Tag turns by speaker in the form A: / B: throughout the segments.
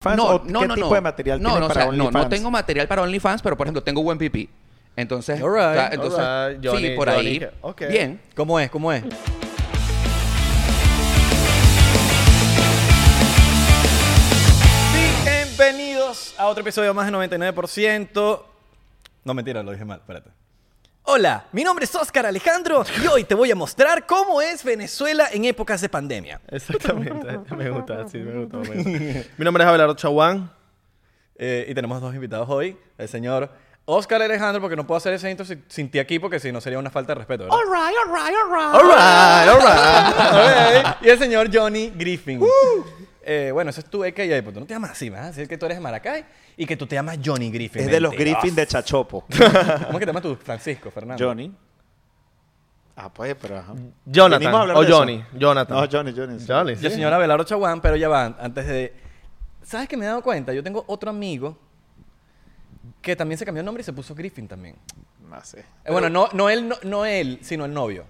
A: fans
B: no,
A: o
B: no,
A: qué
B: no,
A: tipo
B: no.
A: de material
B: no,
A: tienes
B: no, o
A: para
B: sea, no,
A: OnlyFans?
B: no tengo material para OnlyFans, pero por ejemplo, tengo buen pipí. Entonces,
C: All right,
B: o sea,
C: all
B: entonces
C: right. Johnny-
B: sí, por ahí.
C: Johnny, ok.
B: Bien.
C: ¿Cómo es? ¿Cómo es? Bienvenidos a otro episodio más de 99%. No, mentira, lo dije mal, espérate. Hola, mi nombre es Óscar Alejandro y hoy te voy a mostrar cómo es Venezuela en épocas de pandemia.
D: Exactamente, me gusta, sí, me gusta. me gusta. Mi nombre es Abelardo Chaguán.
C: Eh, y tenemos dos invitados hoy, el señor Óscar Alejandro, porque no puedo hacer ese intro sin, sin ti aquí, porque si no sería una falta de respeto, ¿verdad?
A: All right, all right, all right.
C: All right, all right. All right. Y el señor Johnny
A: Uh.
C: Griffin. Eh, bueno, eso es tu EKJ, pero tú no te llamas así, vas a decir que tú eres de Maracay y que tú te llamas Johnny Griffin.
A: Es de los
C: Mentiroso.
A: Griffin de Chachopo.
C: ¿Cómo que te llamas tú? Francisco, Fernando.
A: Johnny. Ah, pues, pero ajá.
D: Jonathan.
A: Venimos a hablar
D: O
A: de eso.
D: Johnny. Jonathan.
A: No, Johnny, Johnny. sí.
D: Johnny,
C: Yo,
D: sí.
C: señora Velaro Chaguán, pero ya van, antes de... ¿Sabes qué me he dado cuenta? Yo tengo otro amigo que también se cambió el nombre y se puso Griffin también. Eh,
A: No sé.
C: bueno, no, no, él, no, no él, sino el novio.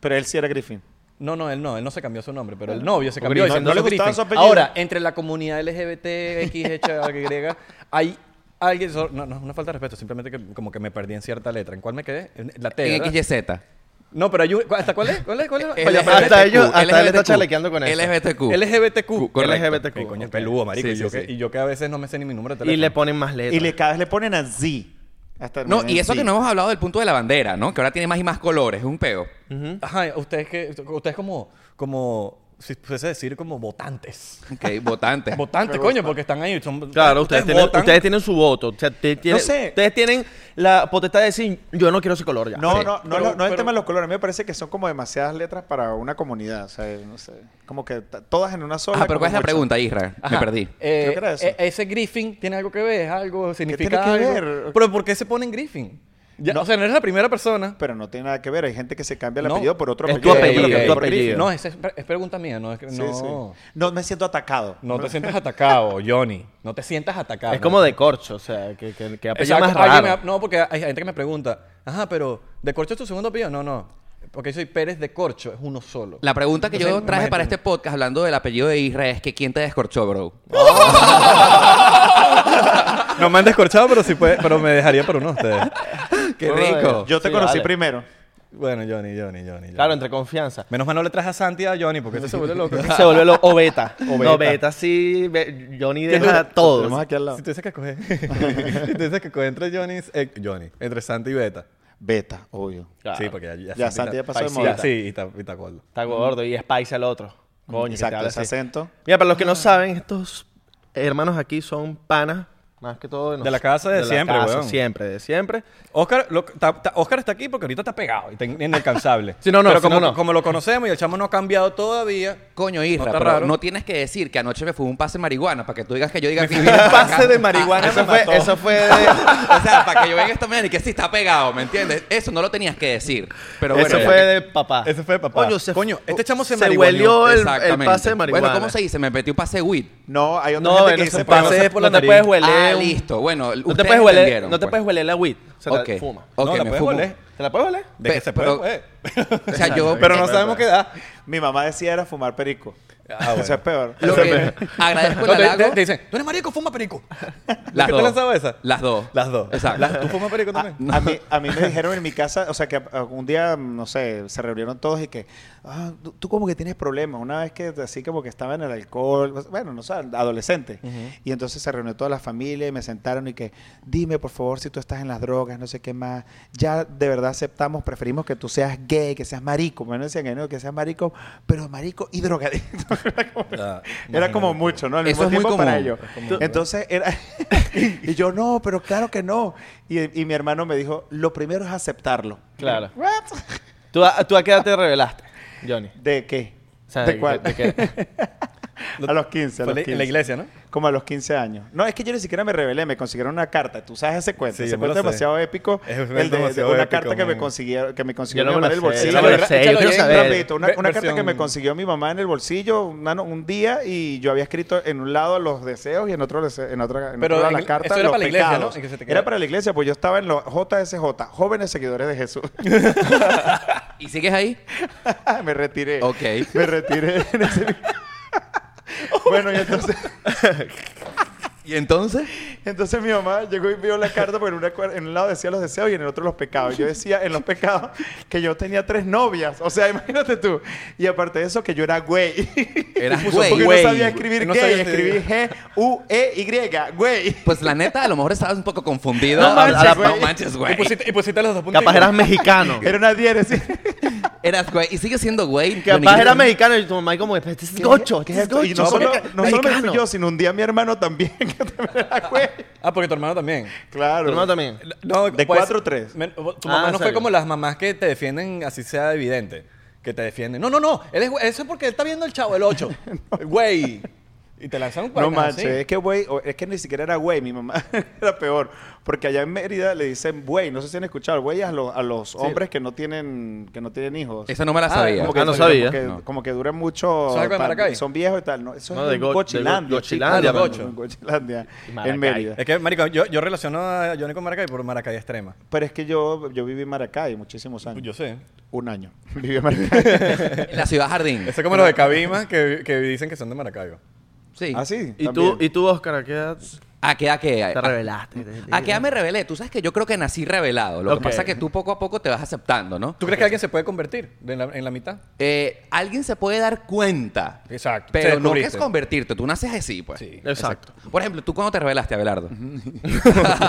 A: Pero él sí era Griffin.
C: No, no, él no, él no se cambió su nombre, pero el novio se
D: Porque
C: cambió. y
D: no-
C: se
A: no le
C: puso
A: gustaba
C: Griffin.
A: su apellido.
C: Ahora, entre la comunidad LGBT, X, Y, hay alguien. so- No, no es una falta de respeto, simplemente que como que me perdí en cierta letra. ¿En cuál me quedé? En la T.
B: En
C: ¿verdad?
B: XYZ.
C: No, pero hay un. ¿cu- ¿Hasta cuál es? ¿Cuál es? ¿Cuál es?
D: Oye, pero hasta ellos- hasta él está chalequeando con eso.
B: LGBTQ.
C: LGBTQ.
B: Cu- correcto.
D: LGBTQ.
C: Qué coño, es
D: Ok.
C: peludo, marico.
B: Sí,
C: y,
B: sí,
C: yo
B: sí.
C: Que, y yo que a veces no me sé ni mi número de teléfono.
D: Y le ponen más letras.
A: Y le, cada vez le ponen a Z. Hasta
B: No,
A: terminar
B: y
A: en
B: eso que
A: Z.
B: no hemos hablado del punto de la bandera, ¿no? Que ahora tiene más y más colores, es un peo.
C: Ajá, ustedes que. Ustedes como. como si pudiese decir como votantes.
B: Ok, votantes.
C: Votantes, coño, porque están ahí. Son,
D: Claro, ustedes, tienen,
C: votan.
D: ustedes tienen su voto. O sea, ustedes tienen,
A: sé.
D: ustedes tienen la potestad de decir, yo no quiero ese color ya.
A: No,
D: Sí.
A: no, no,
C: Pero-
A: no es
C: pero-
A: el tema de los colores. A mí me parece que son como demasiadas letras para una comunidad. O sea, no sé. Como que t- todas en una sola.
B: Ah,
A: como
B: pero ¿cuál es la
A: mucho.
B: pregunta, Isra?
C: Ajá.
B: Me perdí.
C: Eh,
A: Creo que era eso.
C: e- ese Griffin tiene algo que ver, es algo, significa
A: tiene que
C: algo?
A: ver?
C: Pero ¿por qué se ponen Griffin? Ya,
A: No.
C: O sea, no eres la primera persona.
A: Pero no tiene nada que ver. Hay gente que se cambia el
C: No,
A: apellido por otro
D: es tu
C: eh,
A: apellido. Yo creo
D: apellido,
A: que
D: es tu
A: por Griffin.
D: apellido.
C: No, esa es, pre- es pregunta mía, no es que
A: Sí,
C: no,
A: sí. No me siento atacado.
C: no te sientas atacado, Johnny. No te sientas atacado.
D: Es como de corcho, o sea, que, que, que apellido
C: Exacto,
D: más
C: alguien
D: raro.
C: me ha- no, porque hay gente que me pregunta, ajá, pero ¿de Corcho es tu segundo apellido? No, no. Porque yo soy Pérez de Corcho, es uno solo.
B: La pregunta que yo
C: Entonces,
B: traje para
C: imagínate.
B: este podcast hablando del apellido de Isra es que ¿quién te descorchó, bro?
C: No me han descorchado, pero sí puede, pero me dejaría por uno de ustedes.
B: ¡Qué
D: Bueno,
B: rico!
A: Yo te
D: Sí,
A: conocí
D: vale.
A: primero.
C: Bueno, Johnny, Johnny, Johnny. Johnny.
D: Claro, entre confianza.
C: Menos mal no le traje a Santi a Johnny porque esto se vuelve loco.
D: Se vuelve lo o beta.
C: O beta.
D: No, beta sí, ve- Johnny deja todo.
A: Tenemos aquí al lado.
C: Si tú dices que escoge, si tú dices que escoge entre Johnny, eh, Johnny, entre Santi y Beta.
A: Beta, obvio.
D: Claro.
C: Sí, porque ya, ya,
A: Ya Santi ya pasó de
C: Ay, sí,
A: moda.
C: ya, Sí, y está, y está gordo.
D: Está gordo y es paisa el otro. Coño, que te
A: Exacto,
D: habla
A: ese
D: así.
A: acento.
D: Mira, para los que no saben, estos hermanos aquí son panas, más que todo.
C: De la casa de siempre,
D: casa,
C: weón.
D: Siempre, de siempre.
C: Oscar, lo- ta- ta- Oscar está aquí porque ahorita está pegado y está in- inalcanzable.
D: Sí, no, no,
C: Pero
D: sí,
C: como,
D: no, no.
C: como lo conocemos y el chamo no ha cambiado todavía.
B: Coño, Isra,
C: No está
B: pero
C: raro.
B: no tienes que decir que anoche me fumé un pase de marihuana para que tú digas que yo diga que...
C: Un pase de marihuana.
D: Eso
C: me mató.
D: fue, eso fue de-
B: O sea, para que yo venga esta mañana y que sí está pegado, ¿me entiendes? Eso no lo tenías que decir. Pero bueno,
D: eso
B: ya
D: fue
B: que-
D: de papá.
C: Eso fue de papá.
D: Coño, se-
C: Coño, este chamo se
D: se
C: marihuaneó.
D: huelió el, el
B: Exactamente.
D: pase de marihuana.
B: Bueno, ¿cómo se dice? Me metí un pase de weed.
A: No, hay otra
D: No,
A: gente que
D: bueno,
A: dice
D: se
C: pero no
D: pase
C: se-
D: es por
C: no
D: no te
C: te-
D: puedes hueler.
B: Ah,
D: un-
B: listo. Bueno,
D: No te
B: ustedes
D: puedes hueler,
B: entendieron,
D: no te
B: pues.
D: puedes hueler la weed. Se la
B: Ok.
D: fuma.
B: Ok,
C: no, la
B: me
C: puedes
B: fumo.
C: oler.
D: ¿Te la puedes hueler?
C: De que
B: Pe-
C: se
B: pero-
C: puede.
B: O sea, yo...
C: Pero no sabemos qué da.
A: Mi mamá decía era fumar perico.
C: Ah,
A: Eso es peor.
B: Lo que agradezco el
C: No, te-
B: halago.
C: te, te dicen, tú eres marico, fuma perico.
B: Las
C: ¿Tú
B: dos.
C: has lanzado esa?
B: Las dos.
C: Las dos.
B: Exacto.
C: Las- ¿Tú fumas perico
A: A,
C: también?
A: a mí, a mí me dijeron en mi casa, o sea, que a- un día, no sé, se reunieron todos y que, ah, tú, tú como que tienes problemas. Una vez que así como que estaba en el alcohol, pues, bueno, no sé, adolescente. Y entonces se reunió toda la familia y me sentaron y que, dime por favor si tú estás en las drogas, no sé qué más. Ya de verdad aceptamos, preferimos que tú seas gay, que seas marico. Bueno, decían que no, que seas marico, pero marico y drogadicto. Era como-
C: Ah,
A: era como
C: imagínate.
A: mucho, ¿no? Al
B: Eso
A: mismo
B: es muy
A: tiempo para
B: común.
A: ellos.
B: Es
A: Entonces era. y yo, no, pero claro que no. Y, y mi hermano me dijo, lo primero es aceptarlo.
D: Claro.
A: ¿What?
D: ¿Tú a, tú a qué edad te revelaste, Johnny?
A: ¿De qué?
D: O sea,
A: ¿De cuál?
D: de qué-
A: a los 15. A
C: Fue
A: los
C: en la-
A: 15.
C: en la iglesia, ¿no?
A: Como a los 15 años. No, es que yo ni siquiera me revelé, me consiguieron una carta. Tú sabes ese cuento.
C: Sí, yo
A: ese
C: me lo
A: cuento es
C: sé.
A: demasiado épico.
C: Es
A: el de- de,
C: demasiado
A: una
C: épico,
A: carta que me,
C: man.
A: consiguieron, que me
D: Yo
A: consiguieron
D: no me
A: en
D: la
A: el
D: sé,
A: bolsillo.
D: yo no me
C: Échalo,
D: la sé, yo
C: échalo,
D: quiero
C: ya,
A: Un
D: saber.
A: rapidito, una,
C: Ve-
A: una carta
C: versión-
A: que me consiguió mi mamá en el bolsillo una no- un día y yo había escrito en un lado los deseos y en otro dese- en otra en
C: Pero
A: otro lado
C: en-
A: la carta
C: eso era
A: los
C: para la iglesia,
A: pecados.
C: ¿no? Y que se te quedó.
A: Era para la iglesia, pues yo estaba en los JSJ, jóvenes seguidores de Jesús.
B: ¿Y sigues ahí?
A: me retiré.
B: Ok.
A: Me retiré en ese- Bueno, y entonces
B: ¿Y entonces?
A: Entonces mi mamá llegó y vio la carta porque en, una cuar- en un lado decía los deseos y en el otro los pecados. Yo decía en los pecados que yo tenía tres novias. O sea, imagínate tú. Y aparte de eso, que yo era güey.
B: Eras
A: Puso,
B: güey.
A: Porque
B: Güey.
A: no sabía escribir
C: No
A: gay.
C: sabía
A: escribí G-U-E-Y. Güey.
B: Pues la neta, a lo mejor estabas un poco confundido.
A: No
B: A- a-
A: manches, güey.
B: no manches,
C: Y
B: güey.
C: pusiste, y pusiste los dos puntos.
D: Capaz eras mexicano.
A: Era una diéresis.
B: Eras güey. Y sigue siendo güey.
D: Capaz
B: Ni-
D: era mexicano y tu mamá como, este es gocho, este es
A: esto?
D: gocho.
A: Y no solo, no solo me
D: mexicano.
A: fui yo, sino un día mi hermano también. que también era güey.
C: Ah, porque tu hermano también.
A: Claro.
D: Tu hermano también.
C: No,
A: De
C: pues,
A: cuatro, tres.
C: men- Tu mamá
D: Ah,
C: no
D: ¿en
C: fue
D: serio?
C: como las mamás que te defienden, así sea evidente. Que te defienden. No, no, no. él es güey. eso es porque él está viendo el chavo, el 8. Güey. Y te lanzan un
A: No
C: vainas así.
A: manches, es que güey, o- es que ni siquiera era güey, mi mamá era peor, porque allá en Mérida le dicen güey, no sé si han escuchado, güey a los, a los hombres que no tienen que no tienen hijos.
B: Esa no me la
C: Ah,
B: sabía.
A: Como que,
D: Ah, no
A: como
D: sabía.
A: que-
B: No.
A: como que duran mucho,
C: ¿Son algo de
A: pa-
C: Maracay?
A: son viejos y tal, no, eso
D: No,
A: es
D: de
A: en
D: go- de go-
A: Gochilandia,
D: Gochilandia,
A: chicos,
C: mano.
A: en Gochilandia,
D: Maracay.
A: en Mérida.
C: Es que, marico, yo, yo relaciono a Johnny con Maracay por Maracay extrema. Pues
A: Pero es que yo yo viví en Maracay muchísimos años.
C: Yo sé.
A: Un año. Viví en Maracay.
B: En la ciudad jardín.
C: Eso es como los de Cabima que, que dicen que son de Maracaibo.
B: Sí.
A: ¿Ah, sí?
D: ¿Y tú,
A: También.
D: ¿Y tú, Oscar, a qué edad
B: ¿A qué, a qué?
D: te
B: ¿A-
D: revelaste?
B: Eh, ah, ¿A qué edad me revelé? Tú sabes que yo creo que nací revelado. Lo
D: Ok.
B: que pasa es que tú poco a poco te vas aceptando, ¿no?
C: ¿Tú crees que alguien se puede convertir en la, en la mitad?
B: Eh, alguien se puede dar cuenta.
C: Exacto. Te
B: Pero no
C: descubriste.
B: es convertirte. Tú naces así, pues.
C: Sí.
D: Exacto.
B: Por ejemplo, ¿tú cuándo te revelaste, Abelardo?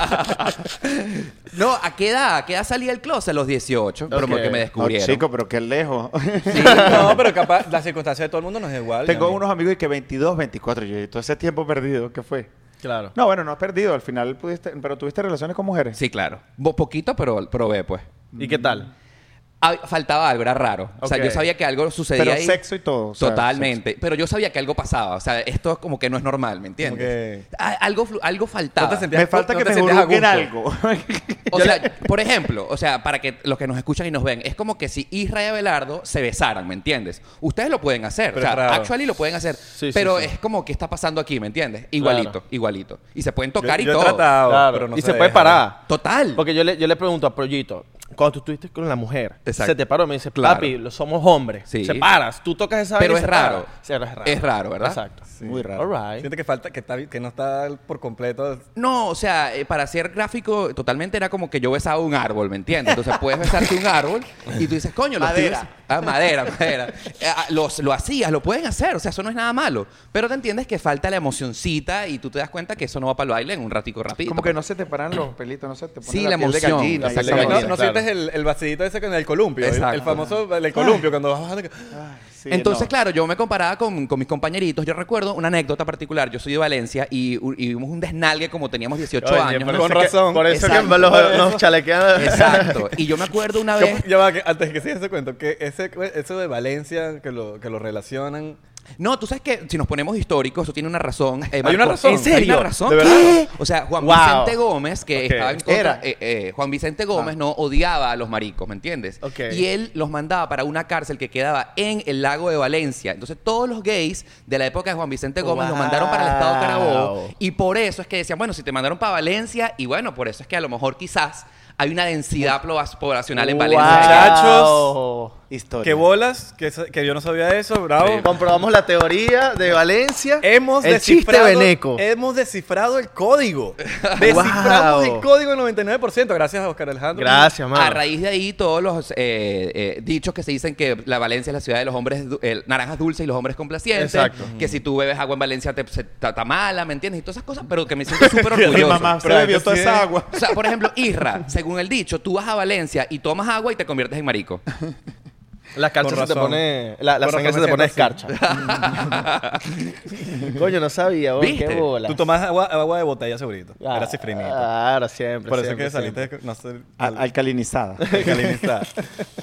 B: no, ¿a qué edad? ¿A qué edad salí del closet? A los 18. Pero
D: Ok.
B: porque me
A: No,
B: descubrieron.
A: chico, pero qué lejos.
C: no, pero capaz la circunstancia de todo el mundo no es igual.
A: Tengo
C: Johnny.
A: unos amigos y que 22, 24, yo todo ese tiempo perdido, ¿qué fue?
D: Claro.
A: No, bueno, no has perdido. Al final pudiste, pero tuviste relaciones con mujeres.
B: Sí, claro. Bo- poquito, pero probé, pues.
D: ¿Y qué tal?
B: Ah, faltaba algo, era raro. O sea,
D: Ok.
B: yo sabía que algo sucedía
A: Pero
B: ahí.
A: sexo y todo. o sea,
B: Totalmente. Pero yo sabía que algo pasaba. O sea, esto como que no es normal, ¿me entiendes? Ah, Algo, flu- algo faltaba.
C: No te sentías-
A: sexo. Me falta
C: No
A: que
C: te
A: te
C: sentías a
A: juzguen algo.
C: gusto.
B: O sea, por ejemplo, o sea, para que los que nos escuchan y nos ven, es como que si Isra y Abelardo se besaran, ¿me entiendes? Ustedes lo pueden hacer,
C: Pero
B: o sea,
C: es raro.
B: actually lo pueden hacer,
D: Sí, sí,
B: pero
D: sí.
B: es como que está pasando aquí, ¿me entiendes? Igualito,
D: Claro.
B: igualito. Y se pueden tocar
C: Yo-
B: y
C: yo he
B: todo.
C: tratado,
D: Claro.
C: pero no
D: y se, puede
C: deja.
D: parar.
B: Total.
D: Porque yo le, yo le pregunto a Proyito, cuando tú estuviste con la mujer,
B: Exacto.
D: se te paró, me dice,
B: Claro.
D: papi, lo- somos hombres.
B: Sí.
D: Se paras, tú tocas esa
B: Pero
D: vaina y
B: es
D: se
B: raro.
D: para. Sí, pero es raro.
B: Es raro, ¿verdad?
D: Exacto.
A: Muy raro.
D: All right.
C: Siente que falta, que, está, que no está por completo.
B: No, o sea, eh, para ser gráfico, totalmente era como que yo besaba un árbol, ¿me entiendes? Entonces puedes besarte un árbol y tú dices, coño, lo estoy
A: Madera.
B: bes- Ah, madera, madera. Eh, ah, los- lo hacías, lo pueden hacer, o sea, eso no es nada malo. Pero te entiendes que falta la emocioncita y tú te das cuenta que eso no va para el baile en un ratico rápido.
A: Como que no se te paran los pelitos, no se te pone
B: Sí,
A: la,
B: la
A: piel de
B: emoción,
A: gallina.
B: la
A: y
B: piel
A: esa
B: de
C: No,
B: gallina.
A: vaina.
C: no
B: claro.
C: sientes el, el vacillito ese con el columpio. el- El,
B: Exacto.
C: famoso el columpio cuando vas bajando. que-
A: Ay, sí,
B: Entonces,
A: no.
B: claro, yo me comparaba con, con mis compañeritos. Yo recuerdo una anécdota particular. Yo soy de Valencia y, y vivimos un desnalgue como teníamos 18
C: Oye,
B: años.
C: pero
B: ¿no?
C: con
D: Por eso que-
C: razón.
D: Por eso
B: Exacto.
D: que los, nos chalequean.
B: Exacto. Y yo me acuerdo una
C: Yo-
B: vez...
C: ya va, que antes que sigas ese cuento, que ese, eso de Valencia, que lo, que lo relacionan.
B: No, tú sabes que si nos ponemos históricos, eso tiene una razón. eh,
C: Hay una
B: Marco.
C: razón.
B: ¿En
C: ¿En
B: serio? Hay
C: serio?
B: una razón.
C: ¿De verdad?
B: ¿Qué? O sea, Juan
D: Wow.
B: Vicente Gómez, que
D: Ok.
B: estaba en contra.
A: Era.
B: eh, eh, Juan Vicente Gómez no odiaba a los maricos, ¿me entiendes?
D: Ok.
B: Y él los mandaba para una cárcel que quedaba en el lago de Valencia. Entonces, todos los gays de la época de Juan Vicente Gómez los mandaron para el estado de Carabobo.
D: Wow.
B: Y por eso es que decían, bueno, si te mandaron para Valencia, y bueno, por eso es que a lo mejor quizás hay una densidad poblac- poblacional en Valencia.
D: Muchachos.
A: Historia.
C: Que bolas, que, sa- que yo no sabía eso, bravo.
B: Sí.
D: Comprobamos la teoría de Valencia.
C: Hemos
D: el chiste
C: descifrado,
D: veneco.
C: hemos descifrado el código. Desciframos el código en 99%. Gracias a Oscar Alejandro.
D: Gracias, mano.
B: A raíz de ahí, todos los eh, eh, dichos que se dicen que la Valencia es la ciudad de los hombres, du- el- naranjas dulces y los hombres complacientes.
D: Exacto.
B: Que si tú bebes agua en Valencia te, se- ta- ta mala, ¿me entiendes? Y todas esas cosas, pero que me siento súper orgulloso.
A: Mi mamá se
C: Pero
A: bebió
C: entonces
A: toda
C: sí
A: esa
C: es-
A: agua.
B: O sea, por ejemplo, Isra, según el dicho, tú vas a Valencia y tomas agua y te conviertes en marico.
D: La calza
C: Con
D: se te
C: razón.
D: pone. La, la
C: Con
D: sangre
C: razón
D: se
C: me
D: te pone
C: siento
D: escarcha. Coño, no sabía, vos.
B: ¿Viste?
D: Qué bola.
C: Tú tomas agua, agua de botella, segurito.
D: Ah,
C: Era cifrinito.
D: Claro, siempre.
C: Por eso
D: siempre,
C: que saliste,
D: siempre.
C: no sé,
A: Al- alcalinizada.
C: alcalinizada.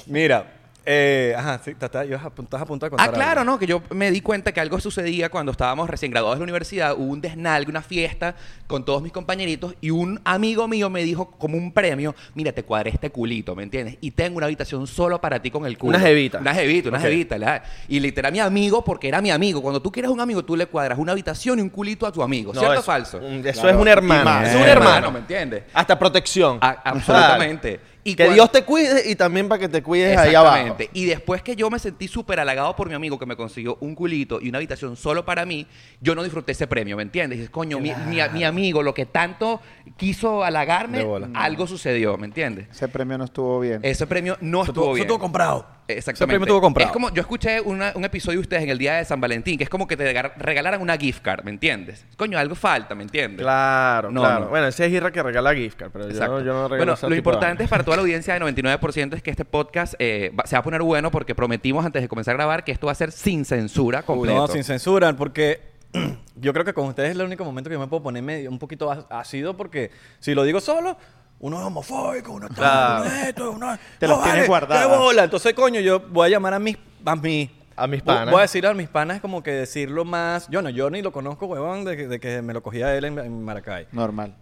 C: Mira, eh, ajá, sí, estás a punto a punto de contar
B: Ah, claro, no, que yo me di cuenta que algo sucedía cuando estábamos recién graduados de la universidad, hubo un desnalgue, una fiesta con todos mis compañeritos y un amigo mío me dijo como un premio, mira, te cuadré este culito, ¿me entiendes? Y tengo una habitación solo para ti con el culo.
D: Una jevita.
B: Una jevita, una
C: Ok.
B: jevita. la- Y literal, mi amigo, porque era mi amigo, cuando tú quieres un amigo, tú le cuadras una habitación y un culito a tu amigo,
D: No,
B: ¿cierto
D: eso-
B: o falso?
D: un- Eso
A: Claro.
D: es un
A: Y
D: hermano.
A: más.
D: Es
B: Eh,
D: un
B: ¿me
D: hermano.
B: entiendes?
D: Hasta protección.
B: A- absolutamente. Y
D: que
B: cuando-
D: Dios te cuide y también para que te cuides ahí abajo.
B: Exactamente. Y después que yo me sentí súper halagado por mi amigo que me consiguió un culito y una habitación solo para mí, yo no disfruté ese premio, ¿me entiendes? Dices, coño, mi- mi, mi, amigo, lo que tanto quiso halagarme,
D: De bola.
B: algo sucedió, ¿me entiendes?
A: Ese premio no estuvo bien.
B: Ese premio no
C: Eso
B: estuvo
C: tuvo-
B: bien. Eh,
C: Eso tuvo comprado. Ese
B: Exactamente.
C: premio tuvo comprado.
B: Es como, yo escuché una- un episodio de ustedes en el día de San Valentín, que es como que te regar- regalaran una gift card, ¿me entiendes? Coño, algo falta, ¿me entiendes?
D: Claro,
B: No,
D: claro.
B: no.
D: Bueno, ese es Irra que regala gift card, pero yo
B: Exacto.
D: no, yo no regalo
B: bueno,
D: ese
B: lo
D: tipo de
B: importante
D: vainas.
B: es para toda la audiencia de 99% es que este podcast eh, va- se va a poner bueno porque prometimos antes de comenzar a grabar que esto va a ser sin censura completo.
C: No, sin censura, porque yo creo que con ustedes es el único momento que yo me puedo poner medio, un poquito á- ácido, porque si lo digo solo, uno es homofóbico, uno es tal,
D: Claro.
C: uno es esto, uno es-
A: Te los tienes guardadas.
C: ¡Qué bola! Entonces, coño, yo voy a llamar a mis... A mis
D: A mis
C: voy-
D: panas.
C: Voy a decir a mis panas como que decirlo más... Yo no, yo ni lo conozco, huevón, de que, de que me lo cogía él en, en Maracay.
A: Normal.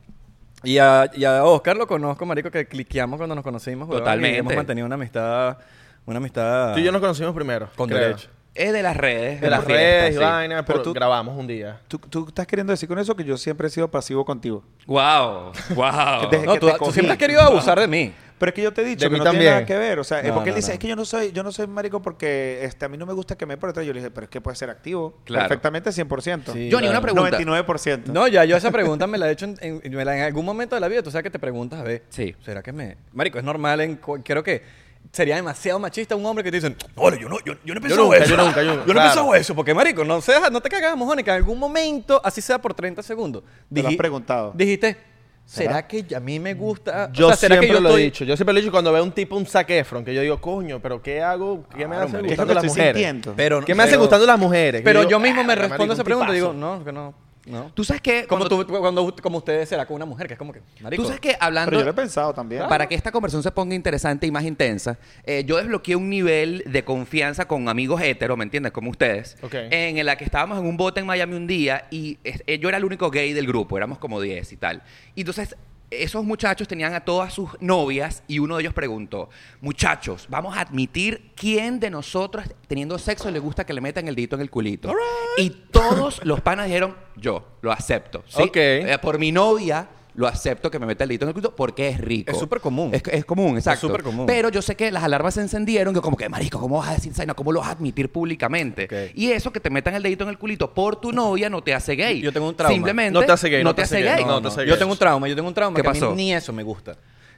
C: Y a, y a Oscar lo conozco, marico, que cliqueamos cuando nos conocimos, huevón, y
B: Totalmente.
C: hemos mantenido una amistad... Una amistad...
D: Tú y yo nos conocimos primero.
C: Con
D: creo.
C: derecho.
B: Es de las redes.
D: De las
B: una fiesta,
D: redes y
B: sí.
D: vainas,
A: Pero
D: pero
A: tú-
D: grabamos un día.
A: ¿Tú, tú estás queriendo decir con eso que yo siempre he sido pasivo contigo.
B: Wow, wow.
A: Desde-
C: No,
A: que
C: tú,
A: te
C: tú
A: cogí.
C: siempre has querido abusar de mí.
A: Pero es que yo te he dicho
D: De
A: que
D: mí
A: no tiene
D: también.
A: nada que ver. O sea, eh,
C: No,
A: porque él
C: no,
A: dice,
C: no.
A: es que yo no soy, yo no soy marico porque este, a mí no me gusta que me por detrás. Yo le dije, pero es que puede ser activo.
B: Claro.
A: Perfectamente 100%.
C: Sí,
B: Johnny, una pregunta.
A: 99%.
C: No, ya yo esa pregunta me la he hecho en, en- me la- en algún momento de la vida. Tú sabes que te preguntas, a ver,
B: Sí.
C: ¿será que me...? Marico, es normal en... cu- Creo que sería demasiado machista un hombre que te dicen, no, yo no, yo, yo no he pensado
D: nunca,
C: eso.
D: yo nunca, yo
C: no
D: nunca,
C: he
D: claro.
C: pensado eso. Porque, marico, no, seas, no te cagas, mojones, que en algún momento, así sea por 30 segundos.
A: Te lo has
C: diji-
A: preguntado.
C: Dijiste, ¿será, que a mí me gusta...? O
D: Yo
C: sea, ¿será
D: siempre
C: que yo
D: lo
C: estoy-
D: he dicho. Yo siempre lo he dicho cuando veo un tipo, un saquefron, que yo digo, coño, pero ¿qué hago? ¿Qué me
C: Claro,
D: hace
C: marico.
A: ¿Qué es lo
D: gustando
A: que
D: las
A: estoy
D: mujeres?
A: sintiendo?
C: Pero,
D: ¿Qué me hace
C: pero-
D: gustando las mujeres?
C: Pero
D: digo,
C: yo mismo me
D: "Ah, marico,
C: respondo a esa
D: un
C: pregunta y digo,
D: tipazo".
C: no, que no, no.
B: Tú sabes que...
C: Como,
B: cuando-
C: tú, cuando, como ustedes será con una mujer, que es como que, marico...
B: tú sabes que hablando...
A: Pero yo lo he pensado también.
B: Para que esta conversación se ponga interesante y más intensa, eh, yo desbloqueé un nivel de confianza con amigos heteros, ¿me entiendes? Como ustedes.
D: Ok.
B: En la que estábamos en un bote en Miami un día y es- eh, yo era el único gay del grupo, éramos como 10 y tal. Y entonces esos muchachos tenían a todas sus novias y uno de ellos preguntó, muchachos, vamos a admitir quién de nosotros teniendo sexo le gusta que le metan el dedito en el culito. Y todos los panas dijeron, yo, lo acepto. ¿sí?
D: Ok.
B: Eh, por mi novia. Lo acepto que me meta el dedito en el culito porque es rico rico.
C: Es súper común.
B: Es, es común, exacto.
C: súper común.
B: Pero yo sé que las alarmas se encendieron, que como que, marico, ¿cómo vas a decir vaina? ¿Cómo lo vas a admitir públicamente?
C: Ok.
B: Y eso que te metan el dedito en el culito por tu novia no te hace gay.
C: Yo tengo un trauma.
B: Simplemente
D: No te hace gay,
B: No, te hace gay.
D: No,
C: No,
D: no
C: no.
D: sé qué
C: Yo
D: es.
C: tengo un trauma, yo tengo un trauma.
B: ¿Qué
C: que a mí
B: pasó?
C: ni eso me gusta.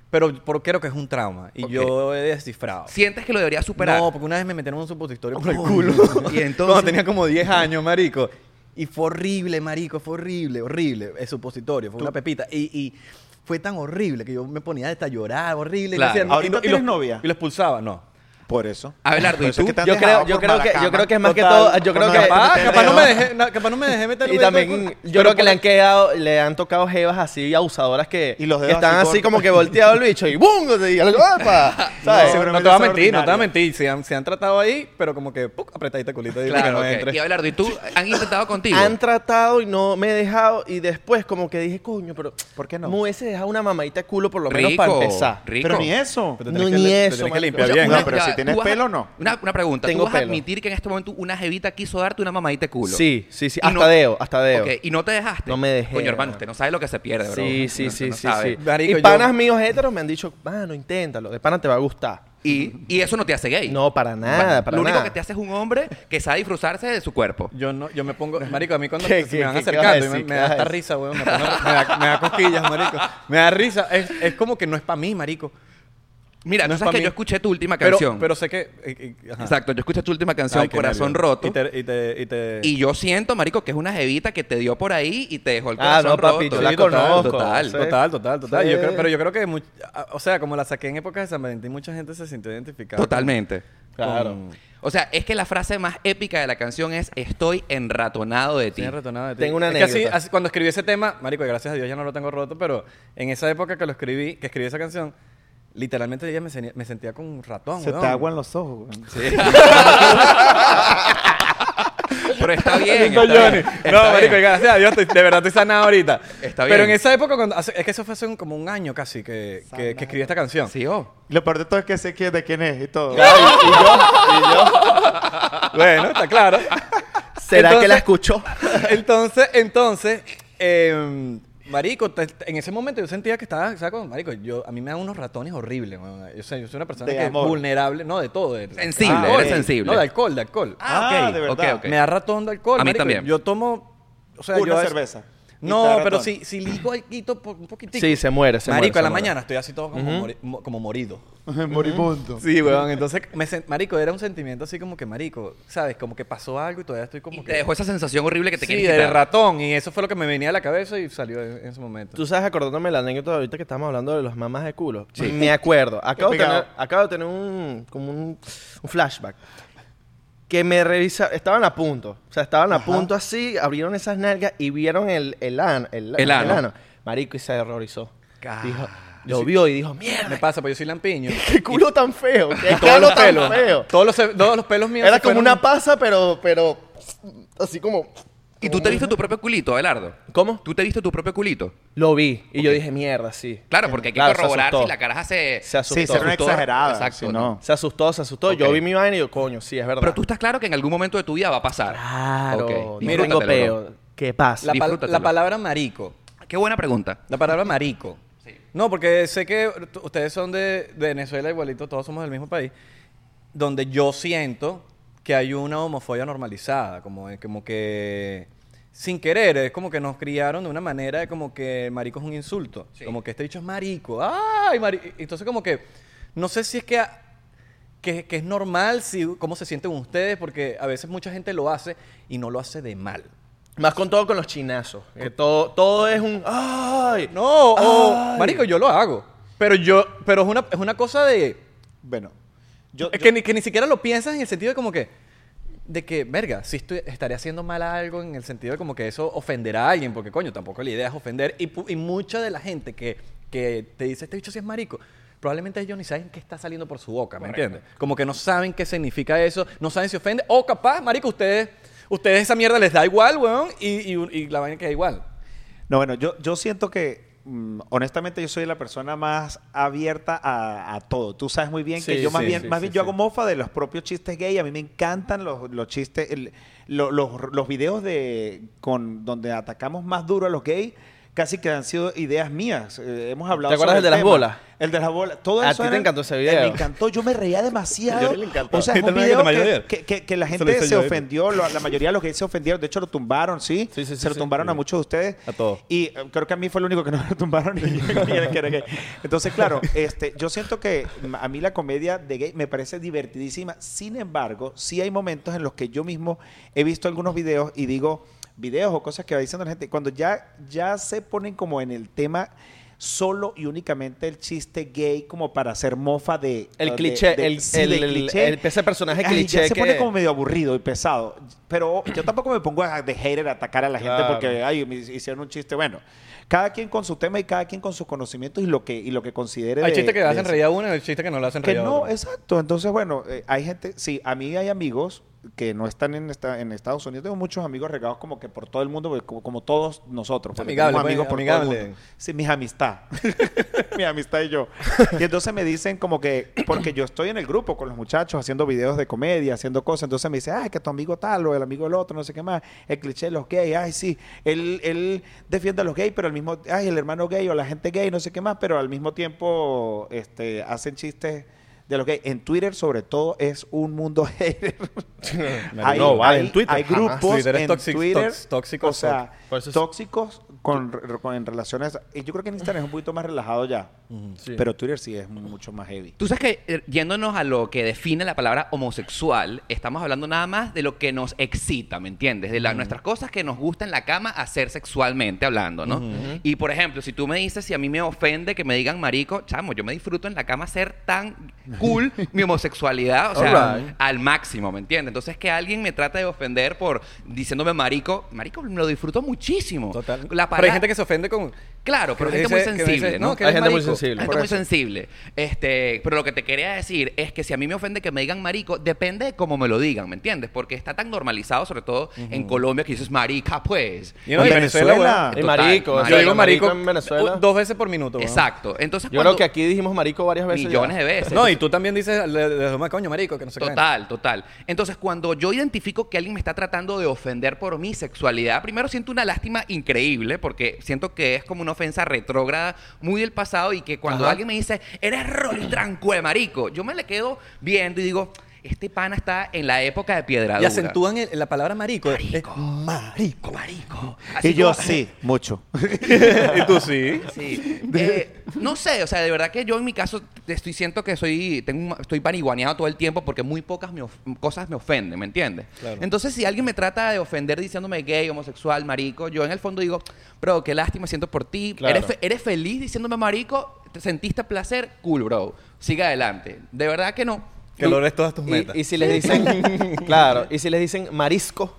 C: Pero por, creo que es un trauma. Y
B: Ok.
C: yo he descifrado.
B: Sientes que lo deberías superar.
C: No, porque una vez me metieron un supositorio por el
B: Uy.
C: culo.
B: Y entonces-
C: Cuando tenía como 10 años, marico. Y fue horrible, marico. Fue horrible, horrible. El supositorio. Fue una pepita. Y, y fue tan horrible que yo me ponía hasta llorar, horrible. y
B: Claro.
C: decía, no,
A: ¿Ahorita
C: y no- y
A: tienes
C: lo-
A: novia?
C: Y lo expulsaba, no.
A: Por eso.
B: Abelardo,
A: Por
B: Ah, ¿y
A: eso es
B: tú?
A: que te han
D: Yo creo,
A: dejado
D: yo
A: por
D: creo que, yo
A: Maracama.
D: creo que es más que
A: Total,
D: todo, yo
A: por
D: creo que
C: Capaz,
A: Maracama.
C: capaz no me
A: Pero-
C: dejé, no, capaz no me dejé meter el
D: y
C: dedo por el
D: también
C: culo.
D: yo
C: Pero
D: creo que
C: por-
D: le han quedado, le han tocado jevas así abusadoras que,
A: Y los
D: que
A: dedos
D: están
A: así
D: así,
A: cortos.
D: como que volteado el bicho y ¡bum! Y algo, ¡apa! ¿sabes?
A: seguro-
C: No, no
A: Seguramente
C: te voy a
A: es
C: mentir, no te voy a
A: ordinario.
C: mentir. Se han, se han tratado ahí, pero como que ¡puc! apretadita el culito ahí para que
B: Claro,
C: no
B: ok.
C: entre.
B: Y Abelardo, ¿y tú? ¿Han intentado contigo?
D: Han tratado y no me he dejado y después como que dije, coño, pero
A: ¿Por qué no?
D: Me hubiese dejado una mamadita de culo por lo menos
B: rico,
D: para empezar.
B: rico.
A: Pero ni eso.
C: Pero
D: No,
C: tienes que
D: ni
C: li- te
D: eso,
C: tienes que
D: marico.
C: limpiar
D: O sea,
C: bien.
A: una-
C: ¿eh?
A: pero si tienes
B: ¿tú vas a-
A: pelo o no?
B: Una, una pregunta.
D: Tengo
B: ¿Tú vas a
D: pelo.
B: admitir que en este momento una jevita quiso darte una mamadita de culo?
D: Sí, sí, sí.
B: Y
D: Hasta deo, hasta deo.
B: Ok, ¿Y no te dejaste?
D: No me dejé,
B: Coño, hermano,
D: no.
B: usted no sabe lo que se pierde, bro.
D: Sí, sí,
B: No,
D: sí,
B: no
D: sí,
B: sabe.
D: sí.
C: Marico,
D: y panas
C: yo-
D: míos heteros me han dicho, mano, inténtalo, de pana te va a gustar.
B: Y, y eso no te hace gay.
D: No, para nada,
B: Bueno,
D: para
B: Lo único
D: nada.
B: que te hace es un hombre que sabe disfruzarse de su cuerpo.
C: Yo no, yo me pongo, marico, a mí cuando
D: ¿Qué,
C: se
D: qué,
C: me van
D: qué, qué
C: acercando,
D: vas a
C: y me- me,
D: decir? ¿Qué
C: da
D: vas a
C: hasta
D: decir?
C: risa, weón, me, pongo- me da, me da cosquillas, marico, me da risa, es, es como que no es para mí, marico,
B: Mira,
C: No
B: tú
C: es
B: sabes
C: pa'
B: que
C: mí.
B: yo escuché tu última
C: pero,
B: canción.
C: pero sé que, eh, eh, ajá.
B: Exacto, yo escuché tu última canción,
C: Ay, qué
B: Corazón
C: nervio.
B: Roto.
C: y
B: Y,
C: te, y te, y te-
B: yo siento, marico, que es una jevita que te dio por ahí y te dejó el
D: Ah,
B: corazón
D: no,
B: roto.
D: papi, yo la
C: Sí, total,
D: conozco.
B: total,
D: Sí.
C: Total, total, total.
D: Sí.
C: Yo creo- pero yo creo que, mu- a- o sea, como la saqué en época de San Valentín, mucha gente se sintió identificada. con-
B: Totalmente.
C: con-
D: Claro.
B: O sea, es que la frase más épica de la canción es Estoy enratonado de ti.
C: Tenía retornado de ti.
D: Tengo una
C: Es que así-
D: anécdota.
C: así- cuando escribí ese tema, marico, y gracias a Dios ya no lo tengo roto, pero en esa época que lo escribí, que escribí esa canción, literalmente ella me, se- me sentía con un ratón,
A: Se
C: weón.
A: te aguan los ojos. güey.
B: Pero está bien.
C: Lindo
B: está bien,
C: Johnny.
B: está
C: No,
B: bien.
C: marico, gracias a Dios, estoy- de verdad estoy sanado ahorita.
B: Está
C: Pero
B: bien.
C: en esa época, cuando, hace- es que eso fue hace un- como un año casi que, que, que escribí esta canción.
B: Sí, oh.
A: Y Lo peor de todo es que sé quién de quién es y todo.
C: Bueno, está claro.
D: ¿Será que
C: Entonces-
D: la escuchó?
C: Entonces, entonces, eh, Marico, te- te- en ese momento yo sentía que estaba, ¿sabes? cómo? Marico, yo, a mí me dan unos ratones horribles. weón. Yo, sé, yo soy una persona
A: De
C: que
A: amor.
C: es vulnerable, no, de todo. de-
B: Sensible,
C: Ah,
B: eres
C: ok.
B: sensible.
C: No, de alcohol, de alcohol.
A: Ah,
B: ok,
A: de
B: ok,
A: verdad.
B: ok.
C: Me da ratón de alcohol.
B: A mí
C: marico.
B: también.
C: Yo tomo. O sea,
A: Una
C: yo a veces-
A: cerveza y te da
C: No,
A: ratón.
C: pero si, si ligo alquito por un poquitito.
D: Sí, se muere, se muere,
C: Marico,
D: se
C: a la
D: muere.
C: mañana estoy así todo como, mori- mo- como morido.
A: Moribundo.
C: Sí, weón. Entonces, me sen- marico, era un sentimiento así como que, marico, ¿sabes? Como que pasó algo y todavía estoy como
B: Y
C: que...
B: te dejó esa sensación horrible que te
C: sí,
B: quieres
C: de
B: quitar.
C: ratón. Y eso fue lo que me venía a la cabeza y salió en, en ese momento.
D: Tú sabes, acordándome la anécdota ahorita que estábamos hablando de los mamás de culo. Me acuerdo. Acabo de tener,
A: pegado.
D: acabo de tener un, como un, un flashback. Que me revisa, estaban a punto. O sea, estaban a punto así, abrieron esas nalgas y vieron el, el, an- el,
B: El ano.
D: Marico, y se horrorizó.
C: Ca-
D: Dijo, lo vio y dijo, mierda,
C: Me pasa, pues yo soy lampiño.
D: qué culo tan feo. Qué
C: Todos
D: culo
C: los
D: tan
C: pelos.
D: feo.
C: Todos los, todos los pelos míos.
D: Era
C: se
D: como
C: fueron-
D: una pasa, pero, pero así como...
B: ¿Y tú te viste tu propio culito, Abelardo?
D: Eh, ¿Cómo?
B: ¿Tú te viste tu propio culito?
D: Lo vi. Y yo dije, mierda, sí.
B: Claro, porque hay que
D: Claro, se
B: corroborar
D: asustó.
B: si la caraja se...
D: Se asustó.
A: Sí, ser una
B: Asustó.
A: exagerada.
B: Exacto,
A: si
B: ¿no?
A: no.
D: Se asustó, se asustó.
B: Ok.
D: Yo vi mi vaina y yo, coño, sí, es verdad.
B: Pero tú estás claro que en algún momento de tu vida va a pasar.
D: Claro.
B: Ok,
D: no
B: disfrútatelo,
D: tengo
B: bro.
D: peo. ¿Qué pasa?
C: La, pal-
B: Disfrútatelo.
C: la palabra marico.
B: Qué buena pregunta.
C: La palabra marico. No, porque sé que t- ustedes son de, de Venezuela igualito, todos somos del mismo país, donde yo siento que hay una homofobia normalizada, como, eh, como que sin querer, es como que nos criaron de una manera de como que marico es un insulto,
B: Sí.
C: como que este dicho es marico, ay, mari-". entonces como que no sé si es que a- que, que es normal si cómo se sienten ustedes, porque a veces mucha gente lo hace y no lo hace de mal.
D: Más con todo con los chinazos. Que todo, todo es un. ¡Ay!
C: No, o,
D: Ay.
C: marico, yo lo hago. Pero yo, pero es una, es una cosa de.
A: Bueno, yo,
C: es
A: yo-
C: que, ni, que ni siquiera lo piensas en el sentido de como que. De que, verga, si estoy, estaré haciendo mal a algo en el sentido de como que eso ofenderá a alguien, porque coño, tampoco la idea es ofender. Y, pu- y mucha de la gente que, que te dice este bicho si es marico, probablemente ellos ni saben qué está saliendo por su boca, ¿me entiendes? Como que no saben qué significa eso, no saben si ofende, o capaz, marico, ustedes, ustedes esa mierda les da igual, weón, y, y- y la vaina queda igual.
A: No, bueno, yo, yo siento que, mm, honestamente, yo soy la persona más abierta a, a todo. Tú sabes muy bien que
D: Sí,
A: yo más
D: sí,
A: bien,
D: sí,
A: más
D: sí,
A: bien
D: sí.
A: yo hago mofa de los propios chistes gay. A mí me encantan los, los chistes, el- lo- los, los videos de con donde atacamos más duro a los gays. Casi que han sido ideas mías. Eh, hemos hablado.
D: ¿Te acuerdas
A: sobre
D: el de las
A: tema.
D: bolas?
A: El de las bolas. Todo
D: A
A: eso
D: ti te
A: era-
D: encantó ese
A: eh,
D: video.
A: Me encantó. Yo me reía demasiado.
D: Yo le encantaba.
A: O sea, es
C: ¿Te
A: un
C: acuerdas que
A: video
C: te mandé
A: que,
C: ayer?
A: que- que- que la
C: Eso lo
A: gente
C: hice
A: se
C: yo, ¿eh?
A: ofendió. lo- la mayoría de los gays se ofendieron. De hecho, lo tumbaron, ¿sí?
D: Sí, sí, sí,
A: se lo
D: sí.
A: tumbaron a muchos de ustedes.
C: A todos.
A: Y eh, creo que a mí fue el único que no me tumbaron. y- y era que era gay. Entonces, claro, este, yo siento que mm, a mí la comedia de gay me parece divertidísima. Sin embargo, sí hay momentos en los que yo mismo he visto algunos videos y digo videos o cosas que va diciendo la gente. Cuando ya, ya se ponen como en el tema solo y únicamente el chiste gay como para hacer mofa de
D: El
A: de-
D: cliché,
A: de-
D: el-
A: sí, de
D: el- el- el- ese personaje
A: Ay,
D: cliché
A: ya se pone
D: que-
A: como medio aburrido y pesado pero yo tampoco me pongo a de hater a atacar a la gente
D: Claro.
A: porque ay, me hicieron un chiste. Bueno, cada quien con su tema y cada quien con sus conocimientos y lo que, y lo que considere.
C: Hay
A: de-
C: chistes que
A: de
C: hacen
A: eso.
C: reír a uno y hay chistes que no le hacen
A: Que
C: reír a
A: no,
C: otro.
A: exacto. Entonces, bueno, eh, hay gente, sí, a mí hay amigos que no están en, esta, en Estados Unidos. Tengo muchos amigos regados como que por todo el mundo, porque como, como todos nosotros. porque
C: Amigable,
A: tenemos
C: pues,
A: amigos por todo el
C: amigable.
A: mundo. Sí, mis amistad. mi amistad y yo. Y entonces me dicen como que, porque yo estoy en el grupo con los muchachos haciendo videos de comedia, haciendo cosas. Entonces me dice, ay, que tu amigo tal o el amigo del otro, no sé qué más. El cliché de los gays, ay, sí. Él, él defiende a los gays, pero al mismo, ay, el hermano gay o la gente gay, no sé qué más, pero al mismo tiempo este, hacen chistes. De los gays. En Twitter, sobre todo, es un mundo hater. Hay-
D: No, vale, en
A: hay-
D: Twitter
A: Hay
D: jamás.
A: grupos
C: Twitter es
A: en
C: tóxico-
A: Twitter.
C: tóx- tóxico,
A: O sea,
D: por eso es-
A: tóxicos con, re- con- en relaciones. Y yo creo que en Instagram es un poquito más relajado ya.
D: sí.
A: Pero Twitter sí es mucho más heavy.
B: Tú sabes que eh, yéndonos a lo que define la palabra homosexual, estamos hablando nada más de lo que nos excita, ¿me entiendes? De la- nuestras cosas que nos gusta en la cama hacer sexualmente hablando, ¿no? Y por ejemplo, si tú me dices, si a mí me ofende que me digan marico, chamo, yo me disfruto en la cama ser tan cool mi homosexualidad, o sea,
D: Alright.
B: al máximo, ¿me entiendes? Entonces que alguien me trate de ofender por diciéndome marico, marico, me lo disfruto muchísimo.
C: Total.
B: La
C: pero hay
B: palabra-
C: gente que se ofende con.
B: Claro, pero
C: que
B: gente muy
C: dice- que
B: sensible,
C: dice,
B: ¿no?
C: que
D: Hay
C: eres
D: gente muy
C: marico".
D: sensible.
B: gente
D: por
B: muy
D: eso.
B: sensible. Este, pero lo que te quería decir es que si a mí me ofende que me digan marico, depende de cómo me lo digan, ¿me entiendes? Porque está tan normalizado, sobre todo en Colombia, que dices marica, pues.
C: Y no,
A: Y
C: en
A: Venezuela,
C: Venezuela,
A: weón.
D: Y marico,
C: weón.
B: marico,
C: Yo digo marico,
D: marico en Venezuela.
C: u- dos veces por minuto. weón.
B: Exacto. Entonces,
D: Yo creo
B: cuando-
D: que aquí dijimos marico varias veces.
B: millones
D: ya.
B: de veces.
C: No, y tú también dices, le, le- le- coño, marico, que no sé qué.
B: Total, total. Entonces, cuando yo identifico que alguien me está tratando de ofender por mi sexualidad, primero siento una lástima increíble, porque siento que es como una ofensa retrógrada muy del pasado y que cuando
C: Ajá.
B: alguien me dice, eres rolitranco de marico, yo me le quedo viendo y digo, este pana está en la época de piedra
C: Y
B: dura.
C: acentúan el- la palabra marico.
B: Marico.
C: Es marico.
B: Marico.
A: Y
B: Así
A: yo
B: como-
A: sí, mucho.
C: y tú sí.
B: Sí. Eh, no sé, o sea, de verdad que yo en mi caso estoy siento que soy tengo un- estoy paniguaneado todo el tiempo porque muy pocas me of- cosas me ofenden, ¿me entiendes?
C: Claro.
B: Entonces, si alguien me trata de ofender diciéndome gay, homosexual, marico, yo en el fondo digo, bro, qué lástima siento por ti.
D: Claro.
B: Eres, fe- eres feliz diciéndome marico, ¿Te sentiste placer, cool, bro. Sigue adelante. De verdad que no.
C: Que logres todas tus metas.
D: Y, y si les dicen, claro, y si les dicen marisco,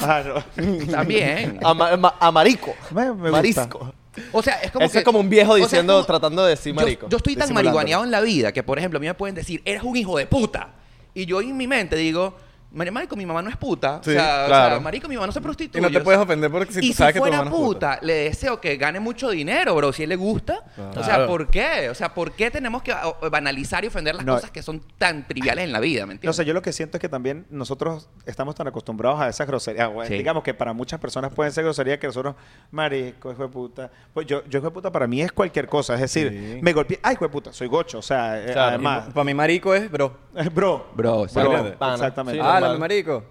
A: Ah, no.
B: También.
D: a, ma- ma- a marico,
A: Me- me gusta.
D: marisco.
B: O sea, es como
D: Ese
B: que-
D: es como un viejo
B: o sea, es
D: diciendo-
B: como-
D: tratando de decir
B: Yo-
D: marico,
B: Yo, estoy tan
A: disimulándolo.
B: marihuaneado en la vida que, por ejemplo, a mí me pueden decir, eres un hijo de puta. Y yo en mi mente digo, "Mari- marico, mi mamá no es puta.
C: Sí,
B: o, sea, o
D: claro.
B: sea, marico, mi mamá no se prostituye.
C: Y no te
B: O sea,
C: puedes ofender porque si
B: y
C: tú sabes que tu
B: fuera
C: mamá no es puta.
B: puta, le deseo que gane mucho dinero, bro, si a él le gusta. O sea,
D: Claro.
B: ¿por qué? O sea, ¿por qué tenemos que o- banalizar y ofender las
A: No.
B: cosas que son tan triviales en la vida, ¿me
A: No, o
B: entiendes?
A: sea, yo lo que siento es que también nosotros estamos tan acostumbrados a esas groserías. Bueno,
B: Sí.
A: Digamos que para muchas personas pueden ser groserías que nosotros, marico, hijo de puta. Pues yo, yo hijo de puta para mí es cualquier cosa. Es decir,
C: Sí.
A: me golpeé, ay, hijo de puta, soy gocho. O sea, eh,
D: Claro.
A: además,
C: Para mí marico es, bro.
A: bro.
B: Bro, o sea,
C: Bro.
D: Pana.
A: exactamente.
D: Sí,
C: ah,
D: normal.
C: la marico.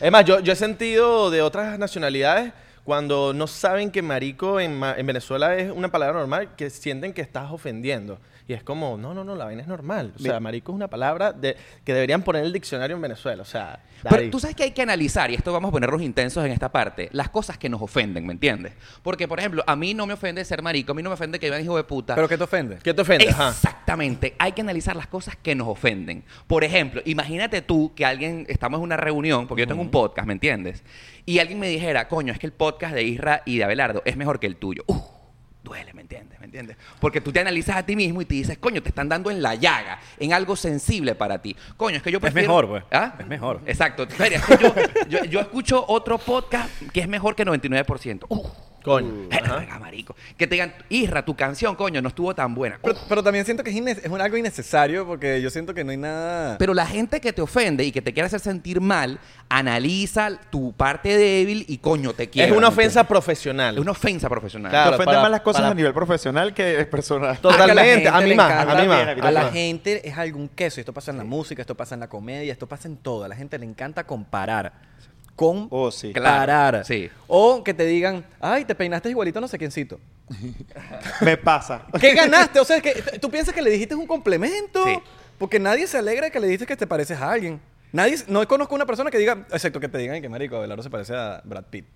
D: Es más, yo, yo he sentido de otras nacionalidades cuando no saben que marico en, ma- en Venezuela es una palabra normal, que sienten que estás ofendiendo. Y es como, no, no, no, la vaina es normal. O sea, marico es una palabra de, que deberían poner en el diccionario en Venezuela. O sea,
B: Pero
D: daddy.
B: tú sabes que hay que analizar, y esto vamos a ponernos intensos en esta parte, las cosas que nos ofenden, ¿me entiendes? Porque, por ejemplo, a mí no me ofende ser marico, a mí no me ofende que vean hijo de puta.
C: ¿Pero qué te ofende?
D: ¿Qué te ofende? Ajá.
B: Exactamente. Hay que analizar las cosas que nos ofenden. Por ejemplo, imagínate tú que alguien, estamos en una reunión, porque yo tengo un podcast, ¿me entiendes? Y alguien me dijera, coño, es que el podcast de Isra y de Abelardo es mejor que el tuyo. Uf, duele, ¿me entiendes? ¿Me entiendes? Porque tú te analizas a ti mismo y te dices, coño, te están dando en la llaga, en algo sensible para ti. Coño, es que yo
C: Es
B: prefiero...
C: mejor, pues.
B: ¿Ah?
C: Es mejor.
B: Exacto. Mira, es que yo, yo- yo escucho otro podcast que es mejor que 99%. Uf,
D: Coño.
B: Eh,
D: Ajá.
B: verga, marico. Que te digan, Isra, tu canción, coño, no estuvo tan buena.
C: Pero, pero también siento que es, inne- es un- algo innecesario porque yo siento que no hay nada...
B: Pero la gente que te ofende y que te quiere hacer sentir mal, analiza tu parte débil y coño, te quiere.
D: Es una ofensa profesional.
B: Es una ofensa profesional.
A: Te
D: Claro,
A: ofenden
D: para-
A: más las cosas
D: para-
A: a nivel profesional que personal.
C: Ah, que
D: Totalmente, a
C: gente
D: mí
C: le
D: más,
C: encanta-
D: a mí más.
A: bien,
C: A la
A: más.
C: gente es algún queso. Esto pasa en la música, esto pasa en la comedia, esto pasa en todo. A la gente le encanta comparar. Comparar.
A: Oh, sí.
B: Claro. sí.
C: O que te digan, ay, te peinaste igualito a no sé quiéncito.
A: Me pasa.
C: ¿Qué ganaste? O sea, es que t- tú piensas que le dijiste un complemento.
B: Sí.
C: Porque nadie se alegra de que le dijiste que te pareces a alguien. Nadie, s- no conozco una persona que diga, excepto que te digan que marico, Abelardo se parece a Brad Pitt.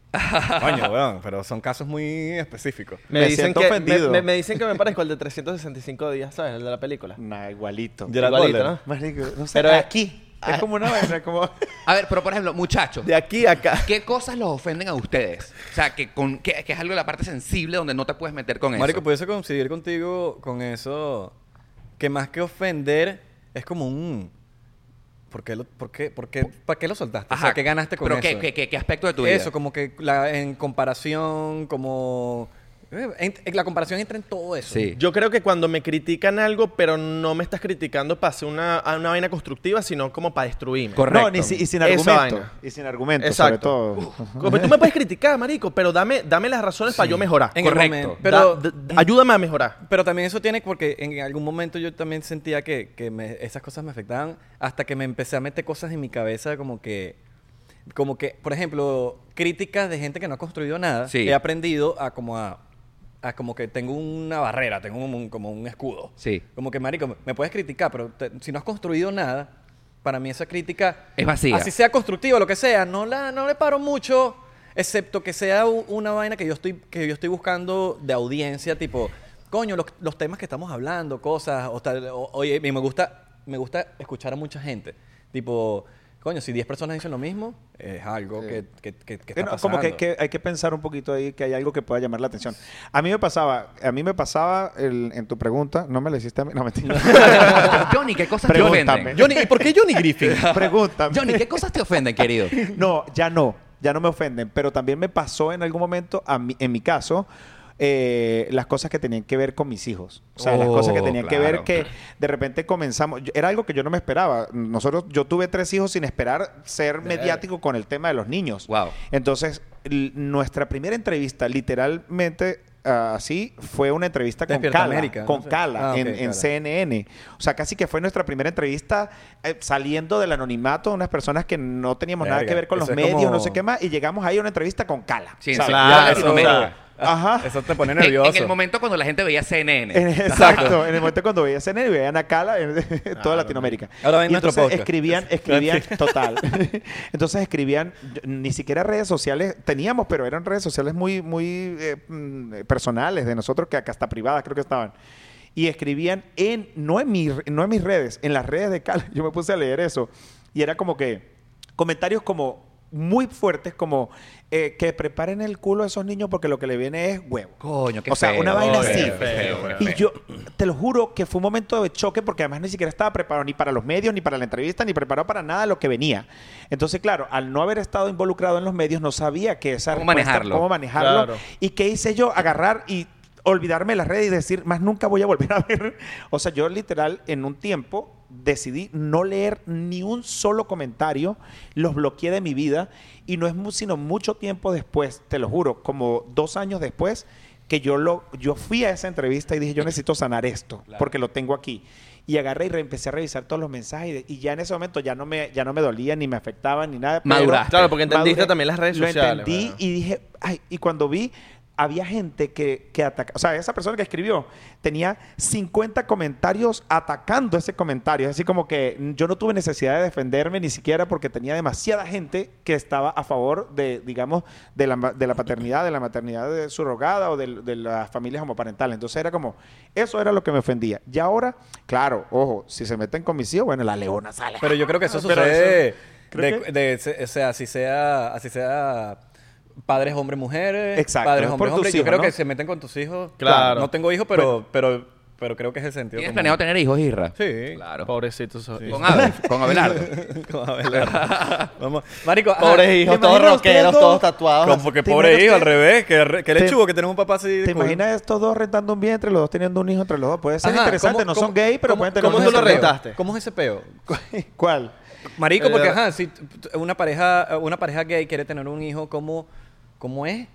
C: Coño, weón, pero son casos muy específicos.
D: Me,
A: Me
D: dicen
A: siento
D: que,
A: ofendido.
D: Me, me- me dicen que me parezco al de 365 días, ¿sabes? El de la película.
A: Nah, igualito.
C: Gerard
D: Igualito,
C: Butler.
D: ¿no?
A: Marico, no sé,
D: Pero
A: aquí.
D: ah.
A: Es como una vaina, como...
B: A ver, pero por ejemplo, muchachos,
D: De aquí a acá.
B: ¿qué cosas los ofenden a ustedes? O sea, que, con, que, que es algo de la parte sensible donde no te puedes meter con
C: Marico, pues,
B: eso.
C: pudiese coincidir contigo con eso. Que más que ofender, es como un. ¿Por qué? Lo, por qué, por qué- ¿Para qué lo soltaste? O sea, ¿qué ganaste con
B: pero
C: eso?
B: ¿Pero qué, qué, qué aspecto de tu vida?
C: eso, como que la, en comparación, como. eh, en- la comparación entra en todo eso.
B: Sí.
D: Yo creo que cuando me critican algo, pero no me estás criticando para hacer una, a una vaina constructiva, sino como para destruirme.
C: Correcto.
A: No, ni si- y sin
D: Esa
A: argumento.
D: vaina.
A: Y sin argumento, sobre
D: Exacto.
A: todo.
D: Como pues, tú me puedes criticar, marico, pero dame, dame las razones para yo mejorar.
C: En
B: Correcto.
C: el momento.
D: pero
C: Pero,
D: ayúdame a mejorar.
C: pero también eso tiene porque en algún momento yo también sentía que, que me- esas cosas me afectaban hasta que me empecé a meter cosas en mi cabeza como que, como que, por ejemplo, críticas de gente que no ha construido nada.
B: Sí.
C: He aprendido a como a, a como que tengo una barrera, tengo un- un- como un escudo.
B: Sí.
C: Como que, marico, me puedes criticar, pero te- si no has construido nada, para mí esa crítica...
B: Es vacía.
C: Así sea constructiva, lo que sea, no, la, no le paro mucho, excepto que sea u- una vaina que yo estoy, que yo estoy buscando de audiencia, tipo, coño, los, los temas que estamos hablando, cosas, o tal, o- oye, y me gusta, me gusta escuchar a mucha gente. Tipo, Coño, si 10 personas dicen lo mismo, es algo que, que, que- que
A: Eh,
C: está
A: no, como que,
C: pasando.
A: que hay que pensar un poquito ahí que hay algo que pueda llamar la atención. A mí me pasaba, a mí me pasaba el- en tu pregunta, no me la hiciste a mí, no mentira.
B: Johnny, ¿qué cosas te
A: Pregúntame.
B: ofenden?
C: Johnny, ¿y por qué Johnny Griffin?
A: Pregúntame.
B: Johnny, ¿qué cosas te ofenden, querido?
A: No, ya no. Ya no me ofenden. Pero también me pasó en algún momento, a mí- en mi caso, eh, las cosas que tenían que ver con mis hijos. O sea, las
B: Oh,
A: cosas que tenían que ver
B: claro.
A: que de repente comenzamos. yo- era algo que yo no me esperaba. Nosotros, yo tuve tres hijos sin esperar
C: Eh.
A: ser mediático con el tema de los niños.
B: Wow.
A: Entonces, l- nuestra primera entrevista, literalmente ah, así, fue una entrevista con
C: Despierta
A: Cala.
C: América, ¿no?
A: con
C: Sí.
A: Cala
C: Ah, ok,
A: en, en
C: Cala.
A: CNN. O sea, casi que fue nuestra primera entrevista eh, saliendo del anonimato de unas personas que no teníamos nada
C: Verga,
A: que ver con los
C: eso es
A: medios,
C: como-
A: no sé qué más, y llegamos ahí a una entrevista con Cala.
B: Sí,
A: ¿sabes?
B: claro.
A: Ya,
B: Ah,
A: eso-
B: eso me-
A: Ajá.
C: Eso te pone
B: En-
C: nervioso.
B: En, el momento cuando la gente veis CNN.
A: Exacto, en el momento cuando veía CNN y veían a Cala en
B: Ah,
A: toda Latinoamérica.
C: Ahora ven
A: Y
C: nuestro
A: entonces
C: podcast.
A: escribían, escribían, total. entonces escribían, yo- ni siquiera redes sociales teníamos, pero eran redes sociales muy, muy eh, mm, personales de nosotros, que acá hasta privadas creo que estaban. Y escribían en, no en, mi- no en mis redes, en las redes de Cala. Yo me puse a leer eso y era como que comentarios como muy fuertes como eh, que preparen el culo a esos niños porque lo que le viene es huevo.
B: Coño, qué
A: O sea,
B: feo.
A: una vaina
B: Qué
A: así.
B: feo, qué feo, qué
A: Y
B: feo.
A: yo te lo juro que fue un momento de choque porque además ni siquiera estaba preparado ni para los medios, ni para la entrevista, ni preparado para nada lo que venía. Entonces, claro, al no haber estado involucrado en los medios, no sabía que esa
B: Cómo
A: respuesta,
B: manejarlo.
A: cómo manejarlo.
D: Claro.
A: ¿Y qué hice yo? Agarrar y olvidarme de las redes y decir, más nunca voy a volver a ver. O sea, yo literal en un tiempo decidí no leer ni un solo comentario, los bloqueé de mi vida y no es mu- sino mucho tiempo después, te lo juro, como dos años después, que yo, lo, yo fui a esa entrevista y dije, yo necesito sanar esto, porque lo tengo aquí. Y agarré y re- empecé a revisar todos los mensajes y, de- y ya en ese momento ya no me, ya no me dolía, ni me afectaba, ni nada. pero-
B: Maduraste.
D: Claro, porque entendiste
A: Maduré.
D: también las redes
A: Lo
D: sociales.
A: entendí
D: ¿verdad?
A: y dije, ay, y cuando vi, había gente que, que atacaba. O sea, esa persona que escribió tenía 50 comentarios atacando ese comentario. Así como que mm, yo no tuve necesidad de defenderme ni siquiera porque tenía demasiada gente que estaba a favor de, digamos, de la, ma- de la paternidad, de la maternidad de- surrogada o del- de, las familias homoparentales. Entonces era como, eso era lo que me ofendía. Y ahora, claro, ojo, si se meten con mis hijos, bueno, la leona sale.
C: Pero yo creo que eso
A: Pero
C: sucede.
A: eso- creo
C: de-
A: que-
C: de- se- o sea, así sea, así sea padres, hombres, mujeres.
A: Exacto,
C: Padres,
A: es por
C: hombres,
A: tus
C: hombres. Yo
A: hijos,
C: creo
A: ¿no? Pues
C: que se meten con tus hijos.
D: Claro.
C: No tengo hijos, pero, pero, pero creo que es el sentido.
B: ¿Tienes
C: común.
B: planeado tener hijos, Isra?
C: Sí.
B: Claro.
D: Pobrecitos. esos-
B: Con Abel, con Abelardo.
C: Con Abelardo. Vamos. Marico, ajá.
D: Pobres hijos,
A: ¿Te
D: todos
A: imaginas
D: rockeros,
A: ustedes
D: todos
A: dos?
D: tatuados.
C: Como que
A: ¿Te
C: pobre
A: imaginas
C: hijo, al
A: que-
C: revés. Que, re- que
A: te-
C: lechugo que tenemos un papá así.
A: ¿Te
C: cool.
A: imaginas estos dos rentando un bien entre los dos teniendo un hijo entre los dos? Puede ser
C: Ajá,
A: interesante,
C: ¿cómo-
A: no
C: cómo-
A: son gay, pero
C: cómo-
A: pueden tener
C: cómo
A: un
C: es
D: tú lo
A: hijo entre los
C: ese
A: dos.
D: rentas?
C: peo? ¿Cómo es ese peo?
A: ¿Cuál?
C: Marico, porque
D: Eh,
C: ajá, si t- t- una pareja, una pareja gay quiere tener un hijo, ¿cómo, cómo es?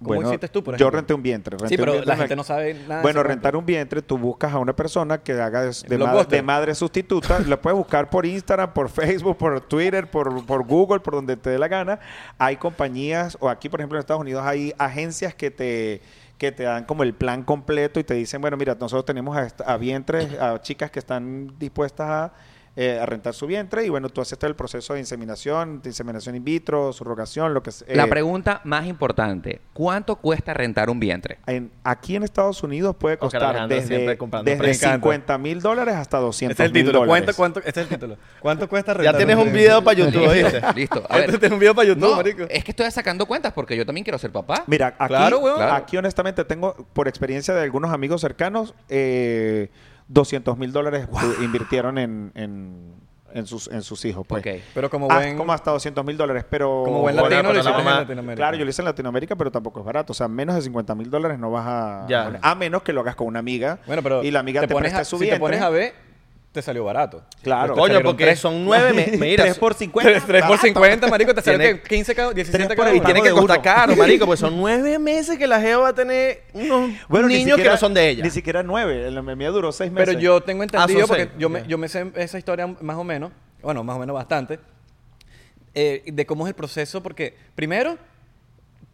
C: ¿Cómo
A: Bueno,
C: hiciste tú, por
A: Yo
C: ejemplo?
A: renté un vientre. renté
C: Sí,
A: un
C: pero
A: vientre
C: la
A: en
C: gente no sabe nada de
A: Bueno,
C: ese
A: rentar un vientre, tú buscas a una persona que haga de, de ma-
C: Blockbuster.
A: de madre sustituta. la puedes buscar por Instagram, por Facebook, por Twitter, por, por Google, por donde te dé la gana. Hay compañías, o aquí, por ejemplo, en Estados Unidos, hay agencias que te que te dan como el plan completo y te dicen, bueno, mira, nosotros tenemos a, esta- a vientres, a chicas que están dispuestas a, eh, a rentar su vientre y bueno, tú haces todo el proceso de inseminación, de inseminación in vitro, subrogación, lo que sea. eh,
B: La pregunta más importante: ¿cuánto cuesta rentar un vientre?
A: En- aquí en Estados Unidos puede
D: Oscar
A: costar
D: Alejandro
A: desde,
D: siempre comprando
A: desde
C: precios.
A: 50 mil dólares hasta 200
C: Este es el
A: mil
C: título. ¿Cuánto,
A: dólares.
C: cuánto, este es el título. ¿Cuánto cuesta rentar?
D: Ya tienes un
C: vientre?
D: video para YouTube, ¿viste?
B: Listo. A
C: Este
B: ver.
C: tiene un video para YouTube,
B: No,
C: marico.
B: es que estoy sacando cuentas porque yo también quiero ser papá.
A: Mira, aquí,
C: Claro, weón.
B: Claro.
A: aquí honestamente tengo, por experiencia de algunos amigos cercanos, eh, 200 mil dólares tu- invirtieron en, en, en sus, en sus hijos. Pues.
B: Ok.
C: Pero como
A: Ah,
C: buen,
A: como hasta 200 mil dólares, pero...
C: como buen
D: Bueno,
C: latino lo
D: para la
C: hiciste en
D: mamá.
C: Latinoamérica.
A: Claro, yo lo hice en Latinoamérica, pero tampoco es barato. O sea, menos de 50 mil dólares no vas a...
D: Ya.
A: A menos que lo hagas con una amiga
C: Bueno, pero
A: y la amiga te,
C: pones
A: preste
C: a,
A: su
C: si te
A: vientre.
C: pones a ver, te salió barato.
A: Claro.
C: Te
D: Coño,
C: salieron
D: porque
C: tres.
D: son nueve. me- Mira,
A: 3 por 50.
C: 3, por 50, marico, te salió
D: Tiene-
C: que 15 cada 17
A: Tres
C: cada
A: por el
D: Y
C: uno.
D: tiene
A: Pago
D: que
A: de
D: costar
A: uno.
D: caro, marico, porque son nueve meses que la Geo va a tener unos
A: Bueno, ni
D: niños que
A: siquiera-
D: no son de ella.
A: Ni siquiera nueve. La mía duró seis meses.
C: Pero yo tengo entendido,
D: Ah, son
C: porque
D: seis.
C: yo, me,
D: Ok.
C: yo me sé esa historia más o menos, bueno, más o menos bastante, eh, de cómo es el proceso, porque primero,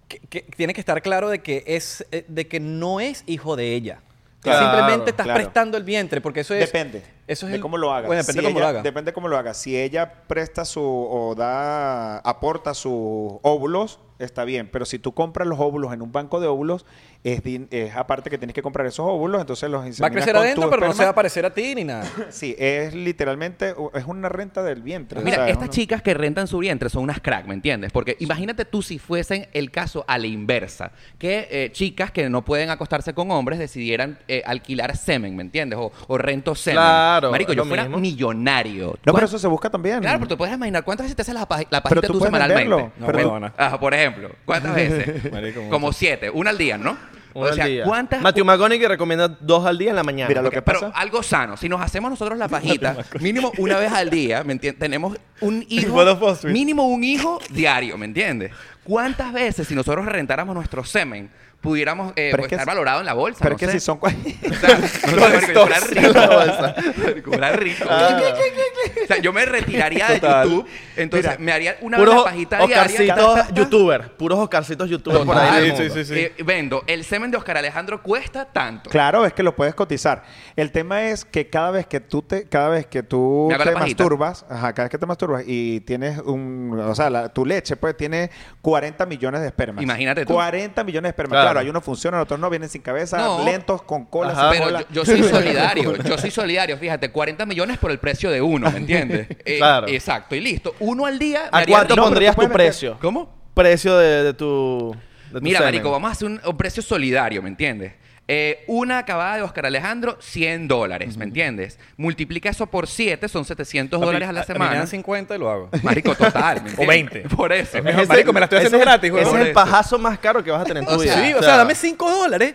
C: que, que tiene que estar claro de que, es, eh, de que no es hijo de ella. Que
D: Claro,
C: Simplemente estás
A: claro.
C: prestando el vientre, porque eso es...
A: Depende.
C: Eso es
A: de
C: el-
A: cómo lo haga.
C: Bueno, depende
A: Si
C: cómo
A: ella-
C: lo haga.
A: Depende cómo lo haga. Si ella presta su o da, aporta sus óvulos, está bien, pero si tú compras los óvulos en un banco de óvulos, es, din- es aparte que tienes que comprar esos óvulos, entonces los
C: Va a
A: inseminas
C: crecer
A: con tu
C: adentro, pero no se va a
A: esperma.
C: parecer a ti ni nada.
A: Sí, es literalmente, u- es una renta del vientre.
B: Mira,
A: ¿sabes?
B: estas
A: Uno-
B: chicas que rentan su vientre son unas crack, ¿me entiendes? Porque imagínate tú si fuesen el caso a la inversa, que eh, chicas que no pueden acostarse con hombres decidieran eh, alquilar semen, ¿me entiendes? O, o rento semen.
D: Claro,
B: Marico,
D: es
B: yo
D: lo
B: fuera
D: mismo.
B: millonario.
A: No, pero
B: ¿Cuán-
A: eso se busca también.
B: Claro, pero tú puedes imaginar cuántas veces te haces la, paji- la
A: Em. Pero
B: pajita
A: tú
B: tú,
A: puedes
B: semanalmente.
A: venderlo.
C: No,
A: pero tú-
C: huevona.
B: Ajá, por ejemplo, ¿cuántas veces?
C: Marico, mucho.
B: Como siete, una al día, ¿no?
D: Una
B: o sea,
D: al día.
B: ¿cuántas?
D: Matthew McConaughey recomienda dos al día en la mañana.
A: Mira, lo
B: Ok,
A: que
B: pero
A: pasa-
B: algo sano. Si nos hacemos nosotros la pajita, mínimo una vez al día, ¿me entiendes? Tenemos un hijo,
C: Bueno, fósforo.
B: mínimo un hijo diario, ¿me entiendes? ¿Cuántas veces si nosotros rentáramos nuestro semen pudiéramos eh,
A: Pero
B: pues,
A: es que
B: estar
A: si-
B: valorado en la bolsa?
A: Pero
B: no
A: es que
B: sé.
A: si son... cua-
B: O sea, no, no, marico, yo fuera rico. Marico, fuera rico.
D: Ah.
B: O sea, yo me retiraría de
A: Total.
B: YouTube, entonces
A: Mira,
B: me haría una vez
D: Puros
B: la pajita diaria.
D: Oscarcitos youtubers. Puros Oscarcitos youtubers por ahí.
B: Total.
D: en el
C: Sí, sí,
D: mundo.
C: sí.
B: Eh, vendo, el semen de Oscar Alejandro cuesta tanto.
A: Claro, es que lo puedes cotizar. El tema es que cada vez que tú te, cada vez que tú
B: Me hago la
A: te
B: pajita.
A: masturbas, ajá, cada vez que te masturbas y tienes un, o sea, la- tu leche pues tiene 40 millones de espermas.
B: Imagínate tú.
A: 40 millones de espermas.
D: Claro.
A: Claro, hay unos funcionan, otros no, vienen sin cabeza,
B: No.
A: lentos, con cola,
D: Ajá.
A: sin
B: Pero
A: cola.
B: yo, yo soy solidario, yo soy solidario, fíjate, 40 millones por el precio de uno, ¿me entiendes? Eh,
D: Claro.
B: Exacto, y listo. Uno al día. me
D: ¿A
B: haría
D: cuánto
B: rico.
D: pondrías tu
A: puedes meter-
D: precio?
B: ¿Cómo?
D: Precio de, de tu. de tu
B: Mira,
D: semen.
B: Marico, vamos a hacer un, un precio solidario, ¿me entiendes? Eh, una acabada de Oscar Alejandro, 100 dólares, ¿me entiendes? Multiplica eso por 7, son 700 dólares a la
C: A- a mí me
B: semana.
C: dan 50 y lo hago.
B: Marico, total. ¿me entiendes?
C: 20.
B: Por eso.
C: Es mejor, marico, me la estoy haciendo
D: ese es-
C: gratis, güey.
D: Ese
B: Por
D: es el
B: eso.
D: pajazo más caro que vas a tener en tu
C: Sí,
D: vida.
C: o sea, dame 5 dólares.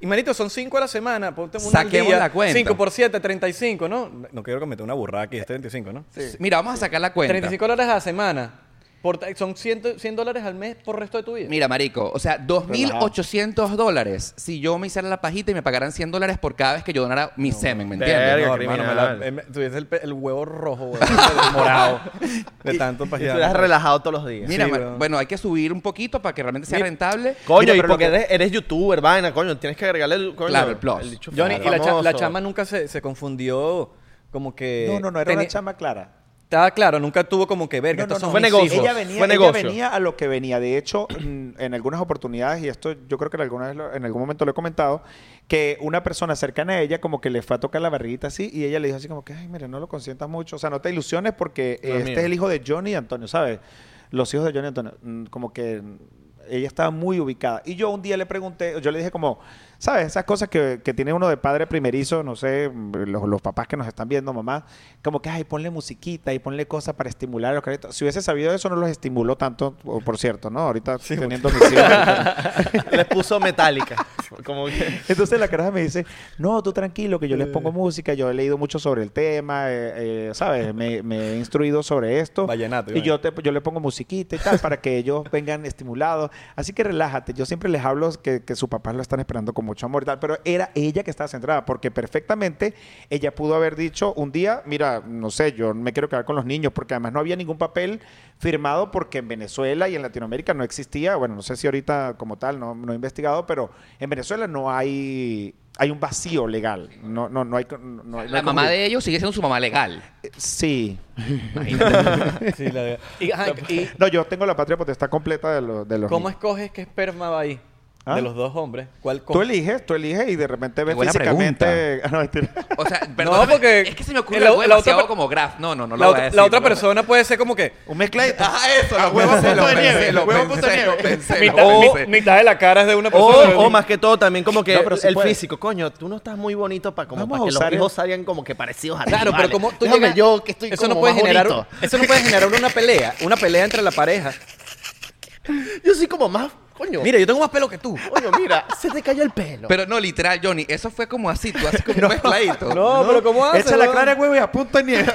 C: Y manito, son 5 a la semana. Ponte una al
B: Saquemos
C: día.
B: la cuenta.
C: 5 por 7, 35, ¿no? No quiero cometer una burrada aquí, este 25, ¿no?
B: Mira, vamos a sacar la cuenta.
C: 35 dólares a la semana. Por ta- son 100, 100 dólares al mes por el resto de tu vida.
B: Mira, marico, o sea, 2.800 dólares si yo me hiciera la pajita y me pagaran 100 dólares por cada vez que yo donara mi semen, ¿me entiendes?
D: verga,
C: no,
D: criminal.
C: hermano, me la, eh, me- tuviese el, pe- el huevo rojo, güey, el morado, de tanto
D: Y estuvieras
C: pajear.
D: relajado todos los días.
B: Mira,
C: Sí,
B: ma-
C: weón.
B: bueno, hay que subir un poquito para que realmente sea
C: Mi-
B: rentable.
D: Coño,
A: Mira,
D: y
A: pero
D: porque
A: lo que-
D: eres, eres youtuber, vaina, coño. Tienes que agregarle el. Coño,
B: Claro, el plus.
D: dicho
C: Johnny, y la, cha-
D: famoso.
C: la chama nunca se, se confundió como que...
A: no, no, no, era
C: teni-
A: una chama clara.
C: Estaba claro, nunca tuvo como que verga,
A: No,
C: estos
A: no, no.
C: son
D: Fue
C: mis
D: negocio.
C: hijos.
A: Ella venía,
D: Fue
A: ella
D: negocio.
A: venía a lo que venía. De hecho, en en algunas oportunidades, y esto yo creo que en, alguna vez lo- en algún momento lo he comentado, que una persona cercana a ella como que le fue a tocar la barriguita así y ella le dijo así como que, ay, mira, no lo consientas mucho. O sea, no te ilusiones porque
D: No es
A: este
D: mío.
A: es el hijo de Johnny y Antonio, ¿sabes? Los hijos de Johnny y Antonio. Mm, Como que mm, ella estaba muy ubicada. Y yo un día le pregunté, yo le dije como, ¿sabes? Esas cosas que, que tiene uno de padre primerizo, no sé, mm, los, los papás que nos están viendo, mamá, como que, ay, ponle musiquita y ponle cosas para estimular a los caritos. Si hubiese sabido eso, no los estimuló tanto, o por cierto, ¿no? Ahorita teniendo mis hijos.
D: Les puso metálica. Como que.
A: Entonces la caraja me dice, no, tú tranquilo, que yo les pongo música, yo he leído mucho sobre el tema, eh, eh, ¿sabes? Me, me he instruido sobre esto.
C: Vallenato,
A: Y yo, te, yo le pongo musiquita y tal, para que ellos vengan estimulados. Así que relájate, yo siempre les hablo que, que sus papás lo están esperando con mucho amor y tal, pero era ella que estaba centrada, porque perfectamente ella pudo haber dicho un día, mira, no sé, yo me quiero quedar con los niños, porque además no había ningún papel firmado, porque en Venezuela y en Latinoamérica no existía, bueno, no sé si ahorita como tal, no, no he investigado, pero en Venezuela no hay... Hay un vacío legal. No, no, no hay. no- no hay- no
B: La
A: hay
B: mamá
A: como-
B: de ellos sigue siendo su mamá legal.
A: Eh, Sí.
B: Imagínate.
C: Sí, la- y, ajá, y
A: No, yo tengo la patria potestad completa de, los de los.
C: ¿Cómo
A: niños.
C: escoges qué esperma va ahí?
A: ¿Ah?
C: De los dos hombres. ¿Cuál
A: Tú
C: coges?
A: eliges, tú eliges y de repente ves
B: buena
A: físicamente. Ah, no, mentira.
B: O sea, perdóname,
C: porque
B: es que se me ocurre
C: la-
B: algo
C: la otra
B: demasiado
C: per-
B: como graf. No, no, no lo
C: la,
B: voy
C: otra-
B: a decir,
C: la otra
B: no lo-
C: persona puede ser como que
A: Un mezcladito.
B: Ah, eso, los
A: huevos punto de nieve,
B: pensé,
A: los
B: lo
A: huevos
B: pensé,
A: punto de nieve.
B: lo pensé, lo
C: mitad, mi-
B: pensé.
C: mitad de la cara es de
A: Oh,
C: una
D: O,
C: persona.
D: o más que todo también como que
A: No, pero sí
D: el
A: puede.
D: físico, coño, tú no estás muy bonito para como
A: Vamos
D: para
A: a
D: que los
A: usar el-
D: hijos salgan como que parecidos a ti.
C: Claro,
D: vale.
C: pero como tú
D: Déjame
C: llegas-
D: yo que estoy como más
C: generar,
D: bonito.
C: eso no puede generar una pelea, una pelea entre la pareja.
D: Yo soy como más, coño.
C: Mira, yo tengo más pelo que tú.
D: coño, mira, se te cayó el pelo.
B: Pero no, literal, Johnny, eso fue como así, tú haces como un mezcladito.
C: No, pero ¿cómo haces?
A: Echa la
C: weón?
A: clara, huevo, y apunta en nieve.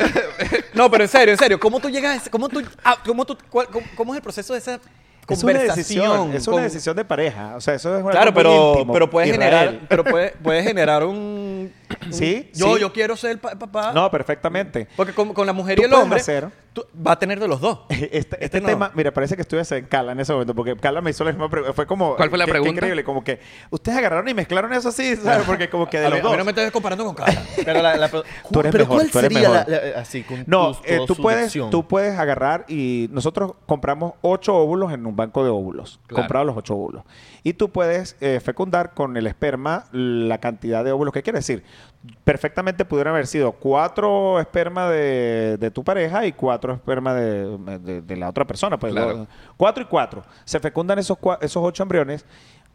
C: No, pero en serio, en serio, ¿cómo tú llegas a ese- cómo tú ah, cómo tú cuál- cómo, cómo es el proceso de esa
A: Es una
C: conversación?
A: decisión. Es una
C: con-
A: decisión de pareja. O sea, eso es una
C: Claro,
A: cosa muy
C: pero
A: íntimo.
C: pero puede
A: Israel.
C: generar, pero puede, puede generar un
A: Sí,
C: Yo,
A: sí.
C: yo quiero ser el pa- papá.
A: No, perfectamente.
C: Porque con, con la mujer
A: Tú
C: y el
A: puedes
C: hombre
A: hacer-
C: tú- va a tener de los dos.
A: Este, este
C: Este no.
A: tema, mira, parece que estuve en Cala en ese momento, porque Cala me hizo la misma pregunta. Fue como.
B: ¿Cuál fue la
A: qué- qué
B: pregunta?
A: increíble, como que. Ustedes agarraron y mezclaron eso así, ¿sabes? Porque como que
C: a,
A: de
C: mí,
A: los
C: a mí
A: dos.
C: no me estés comparando con Carla.
D: Pero, la, la- pero
A: Tú eres
D: pero
A: mejor,
D: ¿cuál
A: tú eres
D: sería
A: mejor.
D: la- la- así, con
A: No,
D: tus-
A: eh,
D: toda
A: tú,
D: su
A: puedes,
D: versión?
A: tú puedes agarrar y nosotros compramos ocho óvulos en un banco de óvulos.
B: Claro.
A: Compramos los ocho óvulos. Y tú puedes eh, fecundar con el esperma la cantidad de óvulos que quieres. Es decir, perfectamente pudieran haber sido cuatro espermas de, de tu pareja y cuatro espermas de, de- de la otra persona. Pues,
B: Claro.
A: dos- cuatro y cuatro. Se fecundan esos, cua- esos ocho embriones.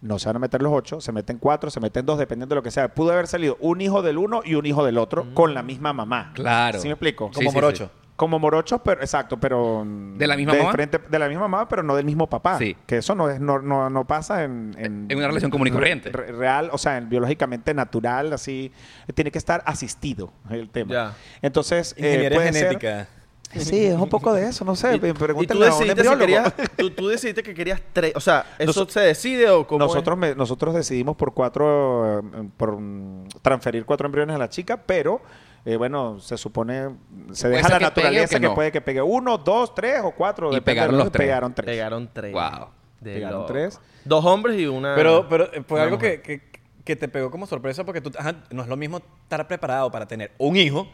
A: No se van a meter los ocho, se meten cuatro, se meten dos, dependiendo de lo que sea. Pudo haber salido un hijo del uno y un hijo del otro
D: Mm.
A: con la misma mamá.
B: Claro.
A: ¿Sí me explico?
B: Sí,
C: Como
B: sí,
C: morocho.
A: Como morochos, pero exacto, pero mm,
B: ¿De la misma mamá?
A: diferente- de la misma mamá, pero no del mismo papá.
B: Sí.
A: Que eso no es no, no, no pasa en,
B: En una relación común y
A: re-
B: corriente.
A: re- real, o sea, en biológicamente natural, así tiene que estar asistido el tema.
D: Ya.
A: Entonces, eh,
C: Ingeniería
A: puede ser-
C: genética.
A: sí, es un poco de eso, no sé,
D: Y- y tú
A: pregúntale a un
D: decidiste, si
A: embriólogo.
D: querías, tú, tú decidiste que querías tres. O sea, ¿eso
A: Nos-
D: se decide o cómo? es?
A: Nosotros, me- nosotros decidimos por cuatro, eh, por mm, transferir cuatro embriones a la chica, pero eh, bueno, se supone, se deja
B: ser
A: la
B: que pegue o
A: naturaleza que,
B: que no.
A: puede que pegue uno, dos, tres o cuatro.
B: Y
A: depende de
B: pegaron
A: lo
B: los
A: que
B: tres.
A: Pegaron tres.
D: Pegaron tres.
B: Wow.
D: De
A: Pegaron
D: loco.
A: tres.
D: Dos hombres y
A: Ah.
D: una.
C: Pero, pero eh, fue
D: una
C: algo
D: mujer.
C: que, que, que te pegó como sorpresa porque tú, ajá, no es lo mismo estar preparado para tener un hijo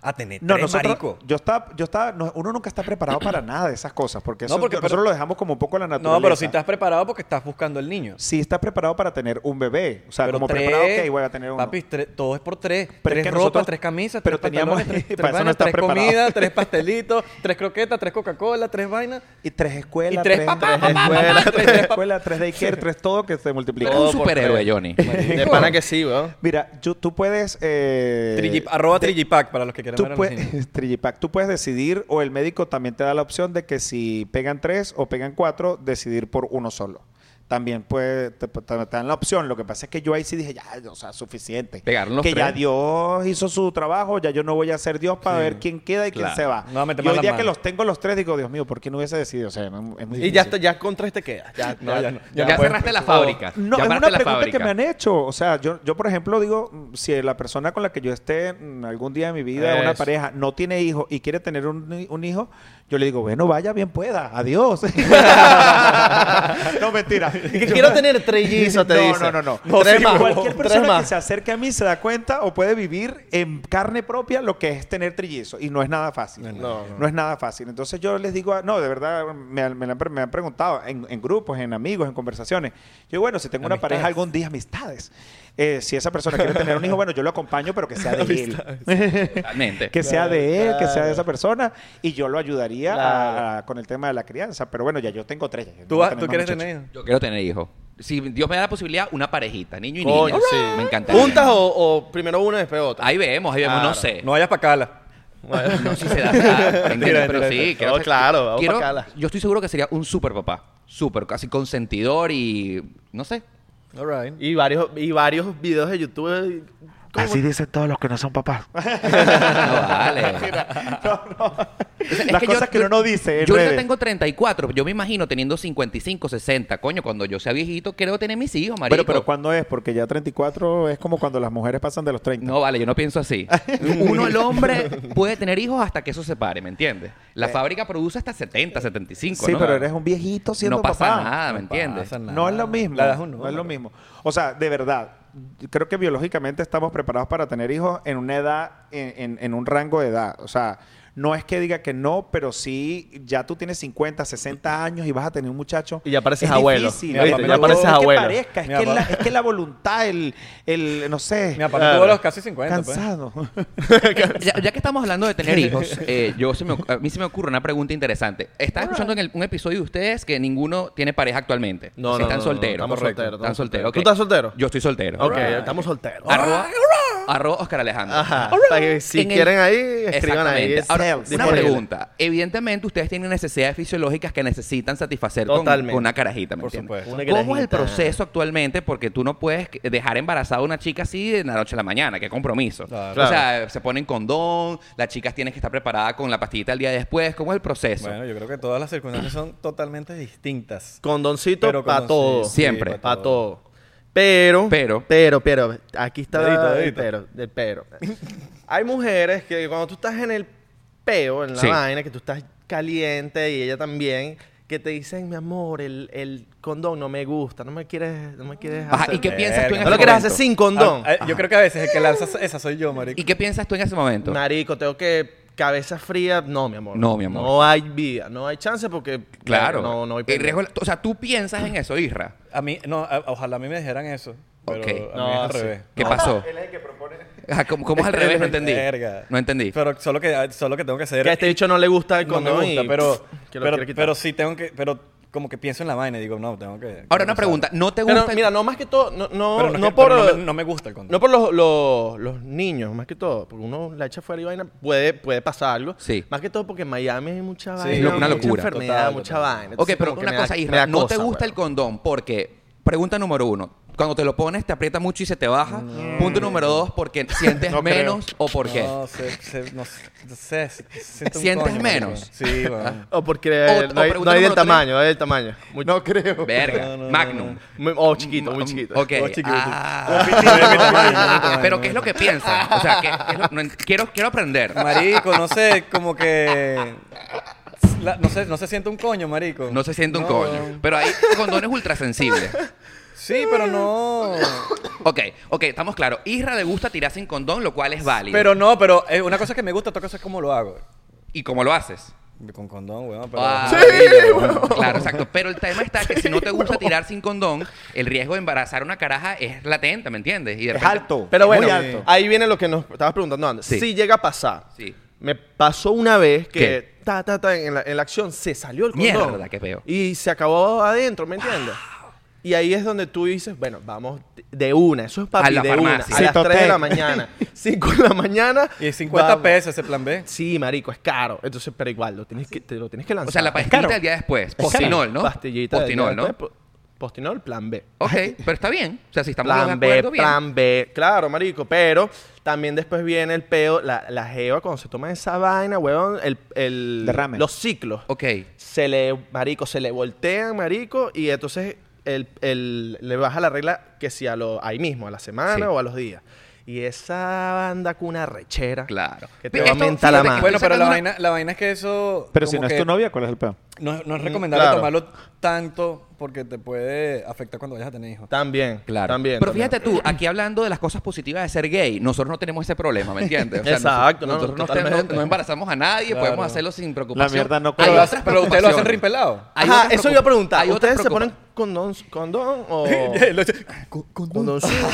C: a tener
A: No,
C: tres
A: nosotros,
C: marico.
A: yo estaba, yo estaba, no, uno nunca está preparado para nada de esas cosas, porque,
C: No,
A: eso-
C: porque-
A: nosotros
C: pero-
A: lo dejamos como un poco a la naturaleza.
C: No, pero si estás preparado porque estás buscando el niño.
A: Sí estás preparado para tener un bebé, o sea,
C: pero
A: como
C: tres,
A: preparado, ok, voy a tener uno.
C: Papi, tres- todo es por tres.
A: Pero
C: tres
A: es que
C: ropas,
A: nosotros-
C: tres camisas,
A: pero
C: tres
A: teníamos-
C: pantalones,
A: para
C: tres, tres,
A: eso no
C: vainas,
A: estás
C: tres
A: preparado.
C: comidas, tres pastelitos, tres croquetas, tres Coca-Cola, tres vainas.
A: y tres escuelas,
C: Y tres papás,
A: tres
C: papás,
A: escuelas,
C: papás,
A: tres
C: tres
A: escuelas, tres daycare, tres todo que se multiplica.
B: Eres un
D: Todo por
B: superhéroe,
D: tres.
B: Johnny.
D: De pana que sí, weón.
A: Mira, yo- tú puedes. eh,
C: Trillip- arroba Trillipack para los que quieran
A: tú
C: ver. al niño.
A: puedes, Trillipack, tú puedes decidir, o el médico también te da la opción de que si pegan tres o pegan cuatro, decidir por uno solo. También puede, te, te- te dan la opción. Lo que pasa es que yo ahí sí dije, ya, o sea, suficiente.
B: Pegaron los
A: que ya
B: tres.
A: Dios hizo su trabajo, ya yo no voy a ser Dios para ver quién queda y
B: Claro.
A: quién se va.
C: No, me te
A: yo el
C: mandan
A: día
C: mal.
A: que los tengo los tres, digo, Dios mío, ¿por qué no hubiese decidido? O sea, es muy- es muy
D: Y ya,
A: difícil.
D: está- ya contra este queda. Ya,
C: No, ya no.
B: Ya,
C: Ya puedes-
B: cerraste la fábrica.
A: No,
B: ya
A: es una
B: paraste la
A: pregunta
B: fábrica.
A: que me han hecho. O sea, yo, yo, por ejemplo, digo, mm, si la persona con la que yo esté mm, algún día de mi vida, una
D: Eso.
A: pareja, no tiene hijo y quiere tener un, hi- un hijo, yo le digo, bueno, vaya, bien pueda. Adiós. no, mentira.
D: Y que quiero tener trillizos, te
A: no,
D: dice.
A: No, no, no.
D: No, Tres sí, más.
A: Cualquier
D: Tres
A: persona que
D: más.
A: se acerque a mí se da cuenta o puede vivir en carne propia lo que es tener trillizo. Y no es nada fácil. No, es nada fácil. Entonces yo les digo, a- no, de verdad, me, me la han, pre- me han preguntado en, en grupos, en amigos, en conversaciones. Yo, bueno, si tengo una pareja algún día, amistades. eh, si esa persona quiere tener un hijo, bueno, yo lo acompaño, pero que sea de él.
B: Totalmente.
A: que sea de él, que sea de
D: claro.
A: esa persona. Y yo lo ayudaría a-
D: Claro.
A: a- con el tema de la crianza. Pero bueno, ya yo tengo tres. ya yo no
C: ¿Tú,
A: voy a
C: vas-
A: tener
C: tú
A: más
C: quieres
A: muchachos.
C: tener hijos?
B: Yo quiero tener hijos. Si Dios me da la posibilidad, una parejita, niño y
D: Coño,
B: niña.
D: sí.
B: Me encantaría.
D: ¿Juntas o, o primero una y después otra?
B: Ahí vemos, ahí vemos, no
D: Claro.
B: sé.
C: No vayas para Cala.
B: No, si se da. claro,
D: Mentira,
B: pero
D: mentira,
B: sí,
D: mentira.
A: Oh,
B: quiero
D: No,
B: ser-
D: claro, vamos
B: quiero-
D: pa' Cala.
B: Yo estoy seguro que sería un super papá. Súper, casi consentidor y. No sé.
C: All right.
D: Y varios, y varios videos de YouTube. eh, ¿Cómo?
E: Así dicen todos los que no son papás.
B: No vale.
A: No, no.
B: Es
A: Las
B: que yo-
A: cosas que uno no dice en
B: Yo ahorita
A: redes.
B: tengo 34. Yo me imagino teniendo 55, 60. Coño, cuando yo sea viejito, quiero tener mis hijos, marico.
A: Bueno, pero ¿cuándo es? Porque ya 34 es como cuando las mujeres pasan de los 30.
B: No, vale, yo no pienso así. Uno, el hombre, puede tener hijos hasta que eso se pare, ¿me entiendes? La fábrica produce hasta 70, 75,
A: Eh. sí,
B: ¿no?
A: pero eres un viejito siendo
B: No pasa
A: papá.
B: nada, ¿me
C: No
B: entiendes?
C: pasa nada.
A: No es lo mismo.
C: Le das un
A: no es
C: número.
A: lo mismo. O sea, de verdad, creo que biológicamente estamos preparados para tener hijos en una edad, en, en- en un rango de edad. O sea, no es que diga que no, pero sí, ya tú tienes 50, 60 años y vas a tener un muchacho.
D: Y ya pareces
A: Es
D: abuelo.
A: difícil,
C: Mira,
A: ¿viste?
C: papi,
A: No
C: ya
A: es que-
D: pareces
A: no es que
D: abuelo.
A: parezca, es
C: Mira,
A: que la-
C: papi.
A: es que la voluntad, el, el no sé,
C: Mi papá
D: Claro.
C: tuvo los casi 50. pues.
A: cansado.
B: Ya, ya que estamos hablando de tener hijos, eh, yo se me oc- a mí se me ocurre una pregunta interesante. Estaba escuchando en el- un episodio de ustedes que ninguno tiene pareja actualmente.
D: No, no,
B: Están
D: no, no,
B: solteros.
D: estamos
B: Correcto.
D: solteros,
B: Están
D: estamos
B: solteros.
D: solteros.
B: ok.
D: ¿Tú estás soltero?
B: Yo estoy soltero.
D: Ok, estamos solteros.
B: Arroba, arroba Oscar Alejandro.
D: Ajá. Para que si
B: En el-
D: quieren ahí, escriban ahí.
B: Exactamente. Ahora,
A: Sales,
B: una
A: disponible.
B: pregunta. Evidentemente, ustedes tienen necesidades fisiológicas que necesitan satisfacer con,
D: Totalmente.
B: con una carajita, ¿me
C: Por
B: entiendes?
C: supuesto.
D: Una
B: ¿Cómo es el
D: carajita.
B: proceso actualmente? Porque tú no puedes que- dejar embarazada a una chica así de la noche a la mañana. Qué compromiso.
C: Claro.
B: O sea, se ponen condón, las chicas tienen que estar preparadas con la pastillita el día después. ¿Cómo es el proceso?
C: Bueno, yo creo que todas las circunstancias son totalmente distintas.
D: Condoncito
C: Pero
D: para
C: condoncito,
D: todo.
B: Siempre.
C: sí, pa'
D: Para todo. Pero,
B: Pero.
D: pero, pero, aquí está
C: Dedito,
D: el
C: dedito.
D: pero, el pero. Hay mujeres que cuando tú estás en el peo, en la
B: Sí.
D: vaina, que tú estás caliente y ella también, que te dicen, mi amor, el, el condón no me gusta, no me quieres, no me quieres
B: Ajá,
D: hacer-
B: ¿y qué piensas tú en
D: No lo
B: ese
D: quieres
B: momento?
D: hacer sin condón.
C: Ah, ah, yo creo que a veces el que lanza esa soy yo, marico.
B: ¿Y qué piensas tú en ese momento?
D: Marico, tengo que cabeza fría. No, mi amor.
B: eh, No, mi amor.
D: No hay vida, no hay chance porque
B: Claro.
D: no, no hay
B: El riesgo- o sea, tú piensas en eso, Isra.
C: A mí, no, a- ojalá a mí me dijeran eso. Pero
B: Ok.
C: a mí
D: No,
C: es al
D: sí.
C: revés.
B: ¿Qué pasó? Él es el que propone. ¿cómo, cómo es al revés? No entendí.
C: Verga.
B: No entendí.
C: Pero solo que, solo que tengo que ser...
D: Que a este bicho no le gusta el
C: no me
D: condón.
C: gusta,
D: y-
C: pero,
D: que lo
C: pero,
D: quiere quitar.
C: pero sí tengo que... Pero como que pienso en la vaina y digo, no, tengo que...
B: Ahora una pregunta. ¿No te gusta?
D: Pero,
B: el-
D: mira, no más que todo, no, no,
C: Pero
D: no
C: es que-
D: por,
C: pero no, me, no me gusta el condón.
D: no por los, los, los niños, más que todo, porque uno la echa fuera y vaina, puede, puede pasar algo.
B: Sí.
D: Más que todo porque en Miami hay mucha
C: Sí,
D: vaina,
B: es una
D: mucha
B: locura.
D: enfermedad,
C: Total,
D: mucha
C: total.
D: vaina.
B: Ok,
D: Entonces,
B: pero
D: como que
B: una
D: me da-
B: cosa,
D: me
B: Isra,
D: da
B: no te
D: cosa, pues.
B: gusta el
D: weón.
B: condón porque, pregunta número uno, cuando te lo pones te aprieta mucho y se te baja. Punto número dos, porque sientes
A: No creo.
B: menos o por qué.
C: No sé, sé- no sé, no sé, siento un
B: ¿Sientes
C: coño,
B: menos?
C: marico. Sí, bueno.
D: O porque
B: O-
D: no,
B: o
D: hay,
B: pregunta
D: no hay
B: número
D: del
B: tres.
D: tamaño, no hay del tamaño. Muy-
A: No creo.
B: Verga,
C: No, no, no,
B: Magnum.
D: muy- o chiquito, muy chiquito.
B: Mm, Ok.
C: Oh, chiquito.
B: ah. Pero ¿qué es lo que piensas? O sea, ¿qué- qué es lo- no en- quiero, quiero aprender.
C: Marico, no sé, como que... la- no, sé, no se siente un coño, marico.
B: No se siente un
C: No.
B: coño. Pero hay condones ultrasensibles.
C: Sí, pero no...
B: Ok, ok, estamos claros. Isra le gusta tirar sin condón, lo cual es válido.
C: Pero no, pero eh, una cosa que me gusta, otra cosa es cómo lo hago.
B: ¿Y cómo lo haces?
C: Con condón, weón. Pero...
B: Ah,
D: Sí,
B: Claro, exacto. Pero el tema está que si no te gusta tirar sin condón, el riesgo de embarazar a una caraja es latente, ¿me entiendes? Y de
A: Es
B: repente-
A: alto.
D: Pero
A: muy
D: bueno,
A: alto.
D: ahí viene lo que nos estabas preguntando antes.
B: Sí.
D: Si llega a pasar.
B: Sí.
D: Me pasó una vez que
B: ¿Qué?
D: ta, ta, ta, en, la, en la acción se salió el condón.
B: Mierda, qué feo.
D: Y se acabó adentro, ¿me entiendes? Y ahí es donde tú dices, bueno, vamos de una. Eso es papi,
B: A la
D: de
B: farmacia.
D: una. A las
A: Citotec.
D: 3 de la mañana. 5 de la mañana.
C: Y 50
D: vamos.
C: pesos ese plan B.
D: Sí, marico, es caro. Entonces, pero igual, lo tienes que, te lo tienes que lanzar.
B: O sea, la
A: caro.
B: pastillita del día después. Postinol, ¿no?
D: Pastillita. de
B: Postinol, ¿no?
D: diabetes, po- Postinol, plan B.
B: Ok, pero está bien. O sea, si estamos
D: Plan
B: de
D: B,
B: acuerdo, bien.
D: plan B. Claro, marico, pero también después viene el peo, la, la jeva, cuando se toma esa vaina, huevón, el, el-
A: Derrame.
D: los ciclos.
B: Ok.
D: Se le, marico, se le voltean, marico, y entonces el, el- le baja la regla que si a lo, ahí mismo, a la semana
B: Sí.
D: o a los días. Y esa banda con una rechera.
B: Claro.
D: Que te
B: Ve,
D: va a
B: esto,
D: mentar la
B: fíjate que
D: madre.
C: Bueno, pero la
B: sacando
C: vaina, la vaina es que eso...
A: Pero si
C: como
A: no es
C: que
A: tu Mm, novia, ¿cuál es el peor?
C: No, no es recomendable
D: claro.
C: tomarlo tanto porque te puede afectar cuando vayas a tener hijos.
D: También,
B: Claro.
D: también.
B: Pero
D: también.
B: fíjate tú, aquí hablando de las cosas positivas de ser gay, nosotros no tenemos ese problema, ¿me entiendes? O sea,
D: Exacto, no,
B: nosotros,
D: no,
B: nosotros no,
D: totalmente.
B: no embarazamos a nadie,
C: Claro.
B: podemos hacerlo sin preocupación.
A: mierda no-
B: Hay
C: Pero, lo
B: otras
C: hacen- pero ustedes lo hacen
B: preocupaciones.
C: rimpelado.
B: Hay
D: Ajá,
B: otras
D: eso iba a
B: preocupa-
D: preguntar.
B: hay otras
D: ¿Ustedes se ponen
B: preocupa-
D: condón, condón o...?
C: Ah, Condón.
D: Condoncito.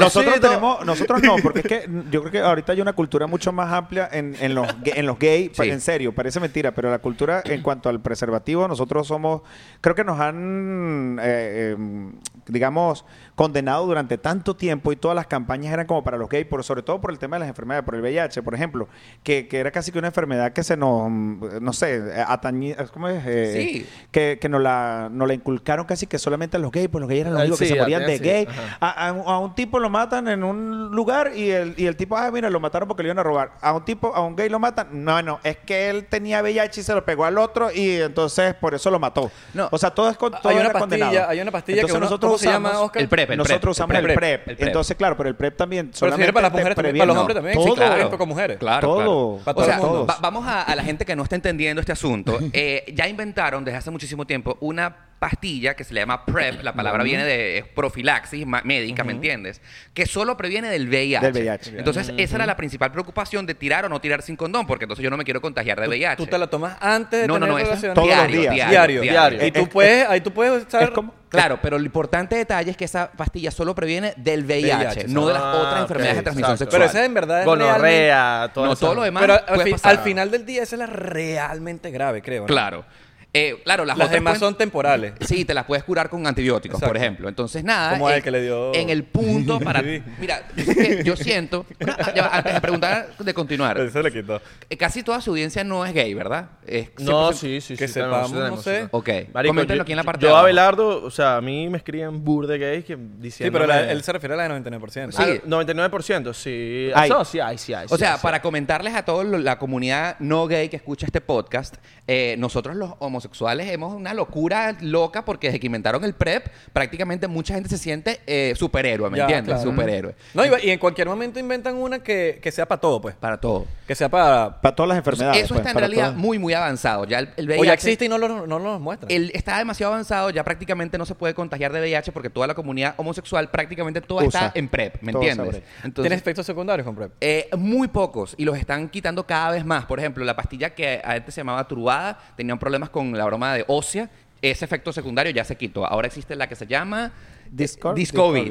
A: Nosotros tenemos, nosotros no, porque es que yo creo que ahorita hay una cultura mucho más amplia en, en los ga- en los gays,
B: Sí.
A: en serio, parece mentira, pero la cultura en cuanto al preservativo, nosotros somos, creo que nos han, eh, eh, digamos, condenado durante tanto tiempo y todas las campañas eran como para los gays, por, sobre todo por el tema de las enfermedades, por el VIH, por ejemplo, que, que era casi que una enfermedad que se nos, mm, no sé, atañía, ¿cómo es? Eh,
B: Sí.
A: Que, que nos, la, nos la inculcaron casi que solamente a los gays, pues los gays eran los
D: Ah,
A: únicos
D: sí,
A: que se morían de
D: sí,
A: gay.
D: ajá.
A: A, a un- a un tipo lo matan en un lugar y el, y el tipo, ah, mira, lo mataron porque le iban a robar. A un tipo, a un gay lo matan. No, no, es que él tenía VIH y se lo pegó al otro y entonces por eso lo mató.
B: No.
A: O sea, todo es con- todo
C: Hay una
A: era
C: pastilla-
A: condenado.
C: hay una pastilla que
A: Entonces
C: uno-
A: nosotros
C: ¿cómo se llama,
A: usamos-
C: Oscar?
B: El PrEP, el
A: nosotros
B: PrEP, el
A: usamos el
B: PrEP,
A: PrEP,
B: el PrEP.
A: Entonces, claro, pero el PrEP también.
C: Pero sirve
A: solamente
C: para las
A: te
C: mujeres también,
A: previene.
C: para los hombres
A: No,
C: también. sí,
A: todo.
C: claro, es para mujeres.
B: Claro,
A: Todo.
B: claro.
A: Para
B: o sea,
A: todos.
B: va- vamos a, a la gente que no está entendiendo este asunto. Eh, ya inventaron desde hace muchísimo tiempo una pastilla que se le llama PrEP, la palabra viene de es profilaxis ma- médica, ¿me entiendes? Que solo previene del VIH.
A: Del VIH.
B: Entonces, esa era la principal preocupación de tirar o no tirar sin condón, porque entonces yo no me quiero contagiar de VIH.
C: Tú te la tomas antes de
B: no, no,
C: tener
B: no, esa es
C: relaciones.
A: Todos los
B: diario,
A: días.
B: diario,
C: diario,
B: diario.
C: Y tú
A: Es-
C: puedes, ahí tú puedes usar...
A: Es como-
B: Claro, pero el importante detalle es que esa pastilla solo previene del VIH,
C: VIH,
B: no de las
D: ah,
B: otras
D: ok,
B: enfermedades de transmisión
D: exacto.
B: sexual.
C: Pero esa en verdad es realmente-
D: Gonorrea, todo
B: No,
D: eso.
B: todo lo demás.
C: Pero al,
B: puede
C: fi-
B: pasar.
C: al final del día esa es la realmente grave, creo. ¿no?
B: Claro. Eh, claro, las,
C: Las
B: otras
C: demás
B: pueden-
C: son temporales.
B: Sí, te las puedes curar con antibióticos,
C: Exacto.
B: por ejemplo. Entonces, nada.
C: Como
B: en-
C: el que le dio-
B: En el punto para.
C: Sí.
B: Mira, es que yo siento. Ah, ya va, antes de preguntar, de continuar.
C: Eso le quitó.
B: eh, Casi toda su audiencia no es gay, ¿verdad? Es
D: No,
B: 100%.
D: sí, sí,
C: Que
D: sí. tenemos,
C: sepamos, no
D: tenemos,
C: sé.
D: tenemos.
B: Ok.
D: Marico,
B: Coméntalo
D: yo-
B: aquí en la parte
D: Yo,
B: de abajo.
D: Abelardo, o sea, a mí me escriben burde gays que diciendo.
C: Sí, pero la- él se refiere a la de 99%.
B: Sí.
D: 99%, sí.
A: Ay.
D: Eso, sí, hay, sí, hay.
B: O
D: sí,
B: sea,
D: hay, sí.
B: para comentarles a toda la comunidad no gay que escucha este podcast, eh, nosotros los homosexuales hemos una locura loca porque desde que inventaron el PrEP, prácticamente mucha gente se siente eh, superhéroe, ¿me
C: Ya,
B: entiendes?
C: claro.
B: Superhéroe.
C: No, y, y en cualquier momento inventan una que, que sea para todo, pues.
B: Para todo.
C: Que sea para...
A: Para todas las enfermedades.
B: Eso
A: pues,
B: está en
A: para
B: realidad
A: todas.
B: muy, muy avanzado. Ya el, el
C: O ya
B: VIH
C: existe y no lo, no lo muestran.
B: Él está demasiado avanzado, ya prácticamente no se puede contagiar de VIH porque toda la comunidad homosexual, prácticamente toda
A: Usa.
B: está en PrEP, ¿me
A: Todo usa
B: entiendes?
A: PrEP.
B: Entonces,
C: ¿Tienes efectos secundarios con PrEP?
B: eh, muy pocos y los están quitando cada vez más. Por ejemplo, la pastilla que antes se llamaba Trubada, tenían problemas con la broma de ósea, ese efecto secundario ya se quitó. Ahora existe la que se llama eh,
A: Discord-
B: Discovery.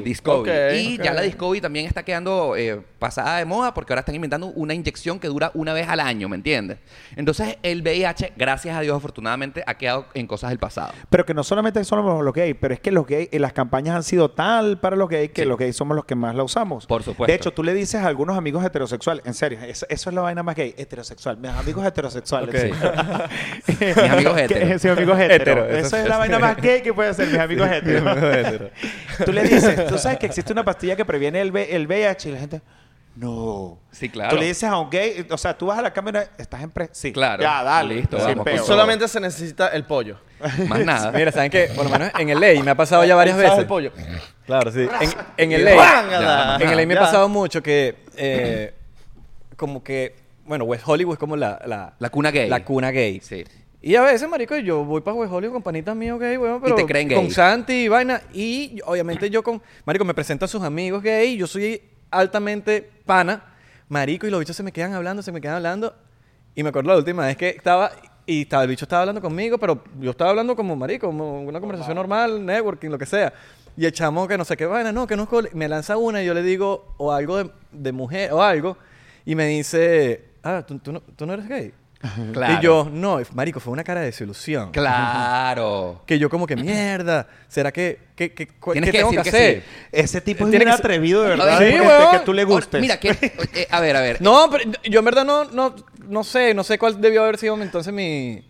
A: Discovery.
B: Discovery.
D: Ok,
B: y
D: ok.
B: ya la Discovery también está quedando eh, pasada de moda porque ahora están inventando una inyección que dura una vez al año, ¿me entiendes? Entonces, el VIH, gracias a Dios, afortunadamente, ha quedado en cosas del pasado.
A: Pero que no solamente somos los gays, pero es que los gays, eh, las campañas han sido tal para los gays que
B: Sí.
A: los gays somos los que más la usamos.
B: Por supuesto.
A: De hecho, tú le dices a algunos amigos heterosexuales, en serio, eso, eso es la vaina más gay, heterosexual, mis amigos heterosexuales. mis
B: amigos hetero.
A: heteros. Mis amigos
C: Hetero,
A: heteros.
C: eso
A: Eso
C: es-
A: es la vaina más gay que puede ser, mis amigos heteros. Tú le dices, tú sabes que existe una pastilla que previene el, V- el VIH y la gente, no.
B: Sí, claro.
A: Tú le dices a un gay, o sea, tú vas a la cámara, estás en pre... Sí,
B: Claro.
A: Ya, dale.
B: Listo,
A: sin
B: vamos,
A: peo.
D: Y
B: Pero-
D: solamente se necesita el pollo.
B: Más nada.
C: Mira, ¿saben qué? Por lo menos en el ley me ha pasado ya varias
D: ¿Sabes
C: veces.
D: el pollo?
C: Claro, sí. En, en el
D: Y
C: ley.
D: ¡bángala!
C: En el ley me ha
D: Ya.
C: pasado mucho que... eh, como que... Bueno, West Hollywood es como la... La,
B: La cuna gay.
C: La cuna gay.
B: Sí.
C: Y a veces, marico, yo voy para West Hollywood con panitas míos gay, weón,
B: Y
C: pero
B: te creen gay.
C: con Santi y vaina. Y yo- obviamente yo con... Marico, me presentan sus amigos gay, yo soy altamente pana. Marico, y los bichos se me quedan hablando, se me quedan hablando. Y me acuerdo la última vez que estaba... Y estaba, el bicho estaba hablando conmigo, pero yo estaba hablando como marico, como una conversación normal, networking, lo que sea. Y el chamo que no sé qué vaina, no, que no es cole- Me lanza una y yo le digo o algo de, de mujer o algo. Y me dice, ah, ¿tú, tú no, tú no eres gay?
B: Claro.
C: Y yo, no, f- marico, fue una cara de desilusión.
B: Claro.
C: Que yo como que, mierda, ¿será que, que, que, cu-
B: Tienes
C: qué
B: que
C: tengo que
B: decir que
C: hacer?
A: Ese tipo es
C: Tiene
A: bien
C: que ser-
A: atrevido, de
B: A
A: verdad.
B: ver,
C: Sí,
A: porque
C: weón.
A: que tú le gustes.
B: Mira, que, eh, a ver, a ver.
C: No, pero yo en verdad no, no, no sé, no sé cuál debió haber sido entonces mi,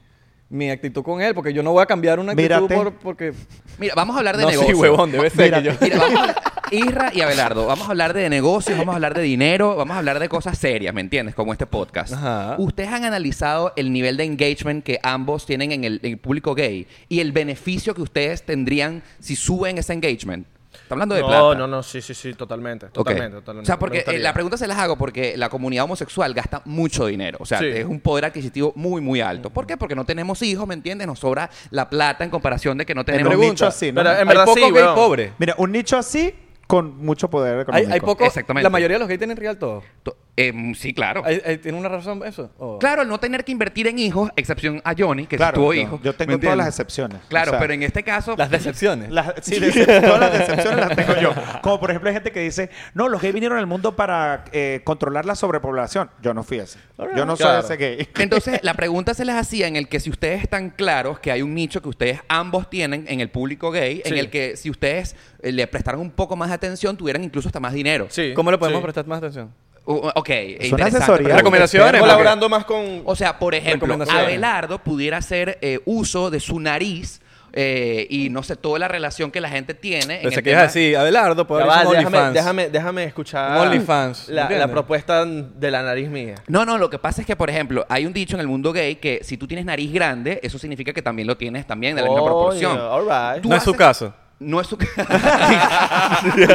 C: mi actitud con él, porque yo no voy a cambiar una actitud
A: Mírate.
C: por- porque...
B: Mira, vamos a hablar de
C: No,
B: negocios.
C: sí, huevón, debe ser que yo...
B: Mira, vamos a- Isra y Abelardo, vamos a hablar de negocios, vamos a hablar de dinero, vamos a hablar de cosas serias, ¿me entiendes? Como este podcast.
C: Ajá.
B: Ustedes han analizado el nivel de engagement que ambos tienen en el, en el público gay y el beneficio que ustedes tendrían si suben ese engagement. Está hablando de plata.
D: No, no, no, sí, sí, sí, totalmente.
B: Ok.
D: Totalmente, totalmente.
B: O sea,
D: Me
B: porque eh,
D: gustaría.
B: la pregunta se las hago porque la comunidad homosexual gasta mucho dinero. O sea,
D: Sí.
B: es un poder adquisitivo muy, muy alto. ¿Por qué? Porque no tenemos hijos, ¿me entiendes? Nos sobra la plata en comparación de que no tenemos
A: un
C: pregunta.
A: nicho así, ¿no?
D: Pero, eh, En
C: hay
D: verdad
C: poco
D: sí,
C: gay
D: weón.
C: pobre.
A: Mira, un nicho así con mucho poder
C: Hay,
A: económico.
C: hay poco...
B: Exactamente.
C: La mayoría de los gays tienen real todo.
B: To- em, sí, claro.
C: ¿Hay- hay- ¿Tiene una razón eso? ¿O-
B: Claro, al no tener que invertir en hijos, excepción a Johnny, que sí
A: Claro,
B: tuvo
A: yo-
B: hijos.
A: Yo
B: ¿me
A: tengo
B: entiendes?
A: todas las excepciones.
B: Claro,
A: O sea,
B: pero en este caso.
C: Las decepciones.
A: las- sí, decep- todas las decepciones las tengo yo. Como por ejemplo hay gente que dice, no, los gays vinieron al mundo para eh, controlar la sobrepoblación. Yo no fui ese. Yo no soy
D: Claro.
A: ese gay.
B: Entonces, la pregunta se les hacía en el que si ustedes están claros que hay un nicho que ustedes ambos tienen en el público gay, en
D: Sí.
B: el que si ustedes eh, le prestaran un poco más de atención, tuvieran incluso hasta más dinero.
D: Sí,
C: ¿Cómo le podemos
D: sí.
C: prestar más atención?
B: Uh, ok, interesante.
A: asesorías.
B: pero-
C: Recomendaciones,
D: Colaborando más con.
B: O sea, por ejemplo,
C: Recomendaciones.
B: Abelardo pudiera hacer eh, uso de su nariz eh, y no sé, toda la relación que la gente tiene. en
C: Pensé
B: el
C: que ibas a
B: tema-
C: decir, Abelardo, puede
D: Ya
C: haber
D: va,
C: un
D: déjame,
C: OnlyFans.
D: déjame, déjame escuchar
C: Un OnlyFans,
D: la,
C: ¿entiendes?
D: la propuesta de la nariz mía.
B: No, no, lo que pasa es que, por ejemplo, hay un dicho en el mundo gay que si tú tienes nariz grande, eso significa que también lo tienes también de la misma
D: Coño,
B: proporción.
D: all right.
B: Tú
C: No es su
B: haces-
C: caso.
B: No es su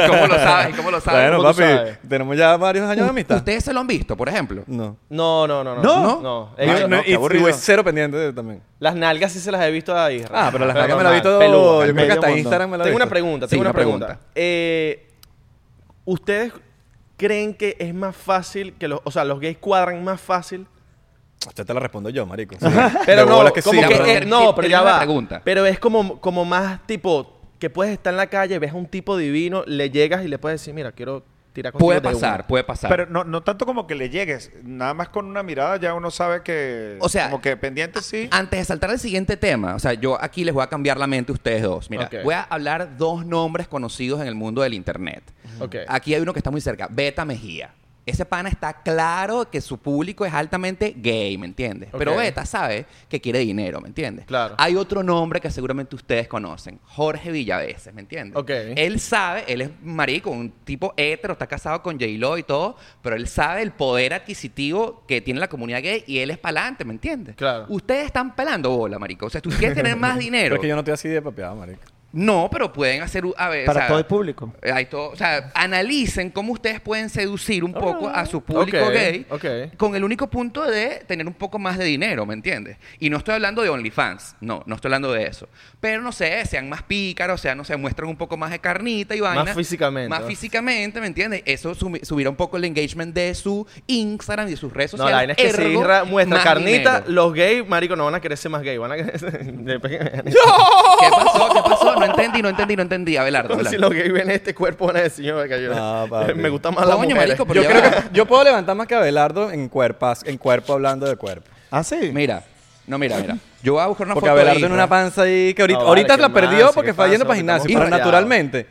B: ¿Cómo lo sabes? ¿Cómo lo sabes?
C: Bueno,
D: ¿Cómo
C: papi,
D: tú sabes?
C: tenemos ya varios años de amistad.
B: ¿Ustedes se lo han visto, por ejemplo?
C: No.
D: No, no, no, no.
B: ¿No?
D: No.
C: Y-
D: He visto-
C: no,
A: no,
C: y-
A: qué
C: y
A: aburrido.
C: fue cero pendiente de- también.
D: Las nalgas sí se las he visto a Israel.
C: Ah, pero las nalgas me las he visto.
D: peludas.
C: yo creo que
A: medio
C: hasta
A: mundo.
C: Instagram me la he
D: Tengo una
C: visto.
D: pregunta,
B: Sí,
D: tengo una
B: una pregunta.
D: pregunta. Eh, ¿Ustedes creen que es más fácil que los, o sea, los gays cuadran más fácil?
C: Esta te la respondo yo, marico.
D: Pero
C: De
D: no,
C: bola que
D: como
C: sí,
D: que
C: bro.
B: pero-
D: es- no, pero ya
B: Termina la
D: va.
B: pregunta.
D: Pero es como, como más tipo que puedes estar en la calle, ves a un tipo divino, le llegas y le puedes decir, mira, quiero tirar contigo
B: Puede
D: de una".
B: pasar, puede pasar.
A: Pero no, no tanto como que le llegues, nada más con una mirada ya uno sabe que.
B: O sea,
A: como que pendiente sí.
B: Antes de saltar al siguiente tema, o sea, yo aquí les voy a cambiar la mente a ustedes dos. Mira,
D: Ok.
B: voy a hablar dos nombres conocidos en el mundo del internet.
D: Ok.
B: Aquí hay uno que está muy cerca, Beta Mejía. Ese pana está claro que su público es altamente gay, ¿me entiendes? Pero
D: Ok.
B: Beta sabe que quiere dinero, ¿me entiendes?
D: Claro.
B: Hay otro nombre que seguramente ustedes conocen, Jorge Villaveses, ¿me entiendes?
D: Ok.
B: Él sabe, él es marico, un tipo hétero, está casado con J-Lo y todo, pero él sabe el poder adquisitivo que tiene la comunidad gay y él es pa'lante, ¿me entiendes?
D: Claro.
B: Ustedes están pelando bola, marico. O sea, tú quieres tener más dinero.
C: Pero es que yo no estoy así de papeado, marico.
B: No, pero pueden hacer... u- A ver, o
A: Para
B: sea,
A: todo el público.
B: eh, Hay todo, o sea, analicen cómo ustedes pueden seducir un poco a su público
D: Ok,
B: gay
D: ok.
B: con el único punto de tener un poco más de dinero, ¿me entiendes? Y no estoy hablando de OnlyFans, no, no estoy hablando de eso. Pero no sé, sean más pícaros, sean, no sé, muestran un poco más de carnita y vaina.
D: físicamente.
B: Más físicamente, ¿me entiendes? Eso sumi- subirá un poco el engagement de su Instagram y de sus redes
D: No,
B: sociales.
D: la vaina es que si
B: ergo,
D: ra- muestra
B: más
D: carnita,
B: dinero.
D: los gays, marico, no van a querer ser más gay. Van a querer ser- de pequeño-
B: ¿Qué pasó? ¿Qué pasó? No entendí, no entendí, no entendí. Abelardo,
D: Como si
B: Abelardo.
D: los gays ven este cuerpo, van a decir, "Yo, que yo-
C: No, Ah, papi.
D: me gusta más la
B: Coño,
D: mujer.
B: marico, pero
C: Yo
B: ya
C: creo
B: va.
C: que yo puedo levantar más que Abelardo en cuerpas, en cuerpo hablando de cuerpo.
A: Ah, sí.
B: Mira, no, mira, mira. Yo voy a buscar una
C: Porque
B: foto de
C: Abelardo en
B: Isra.
C: una panza ahí que ahorita,
D: No, vale,
C: ahorita
D: ¿qué
C: la
D: más?
C: perdió
D: ¿Qué
C: porque fue yendo
D: pasa?
C: para gimnasio,
D: Estamos
C: pero
D: papeados.
C: naturalmente.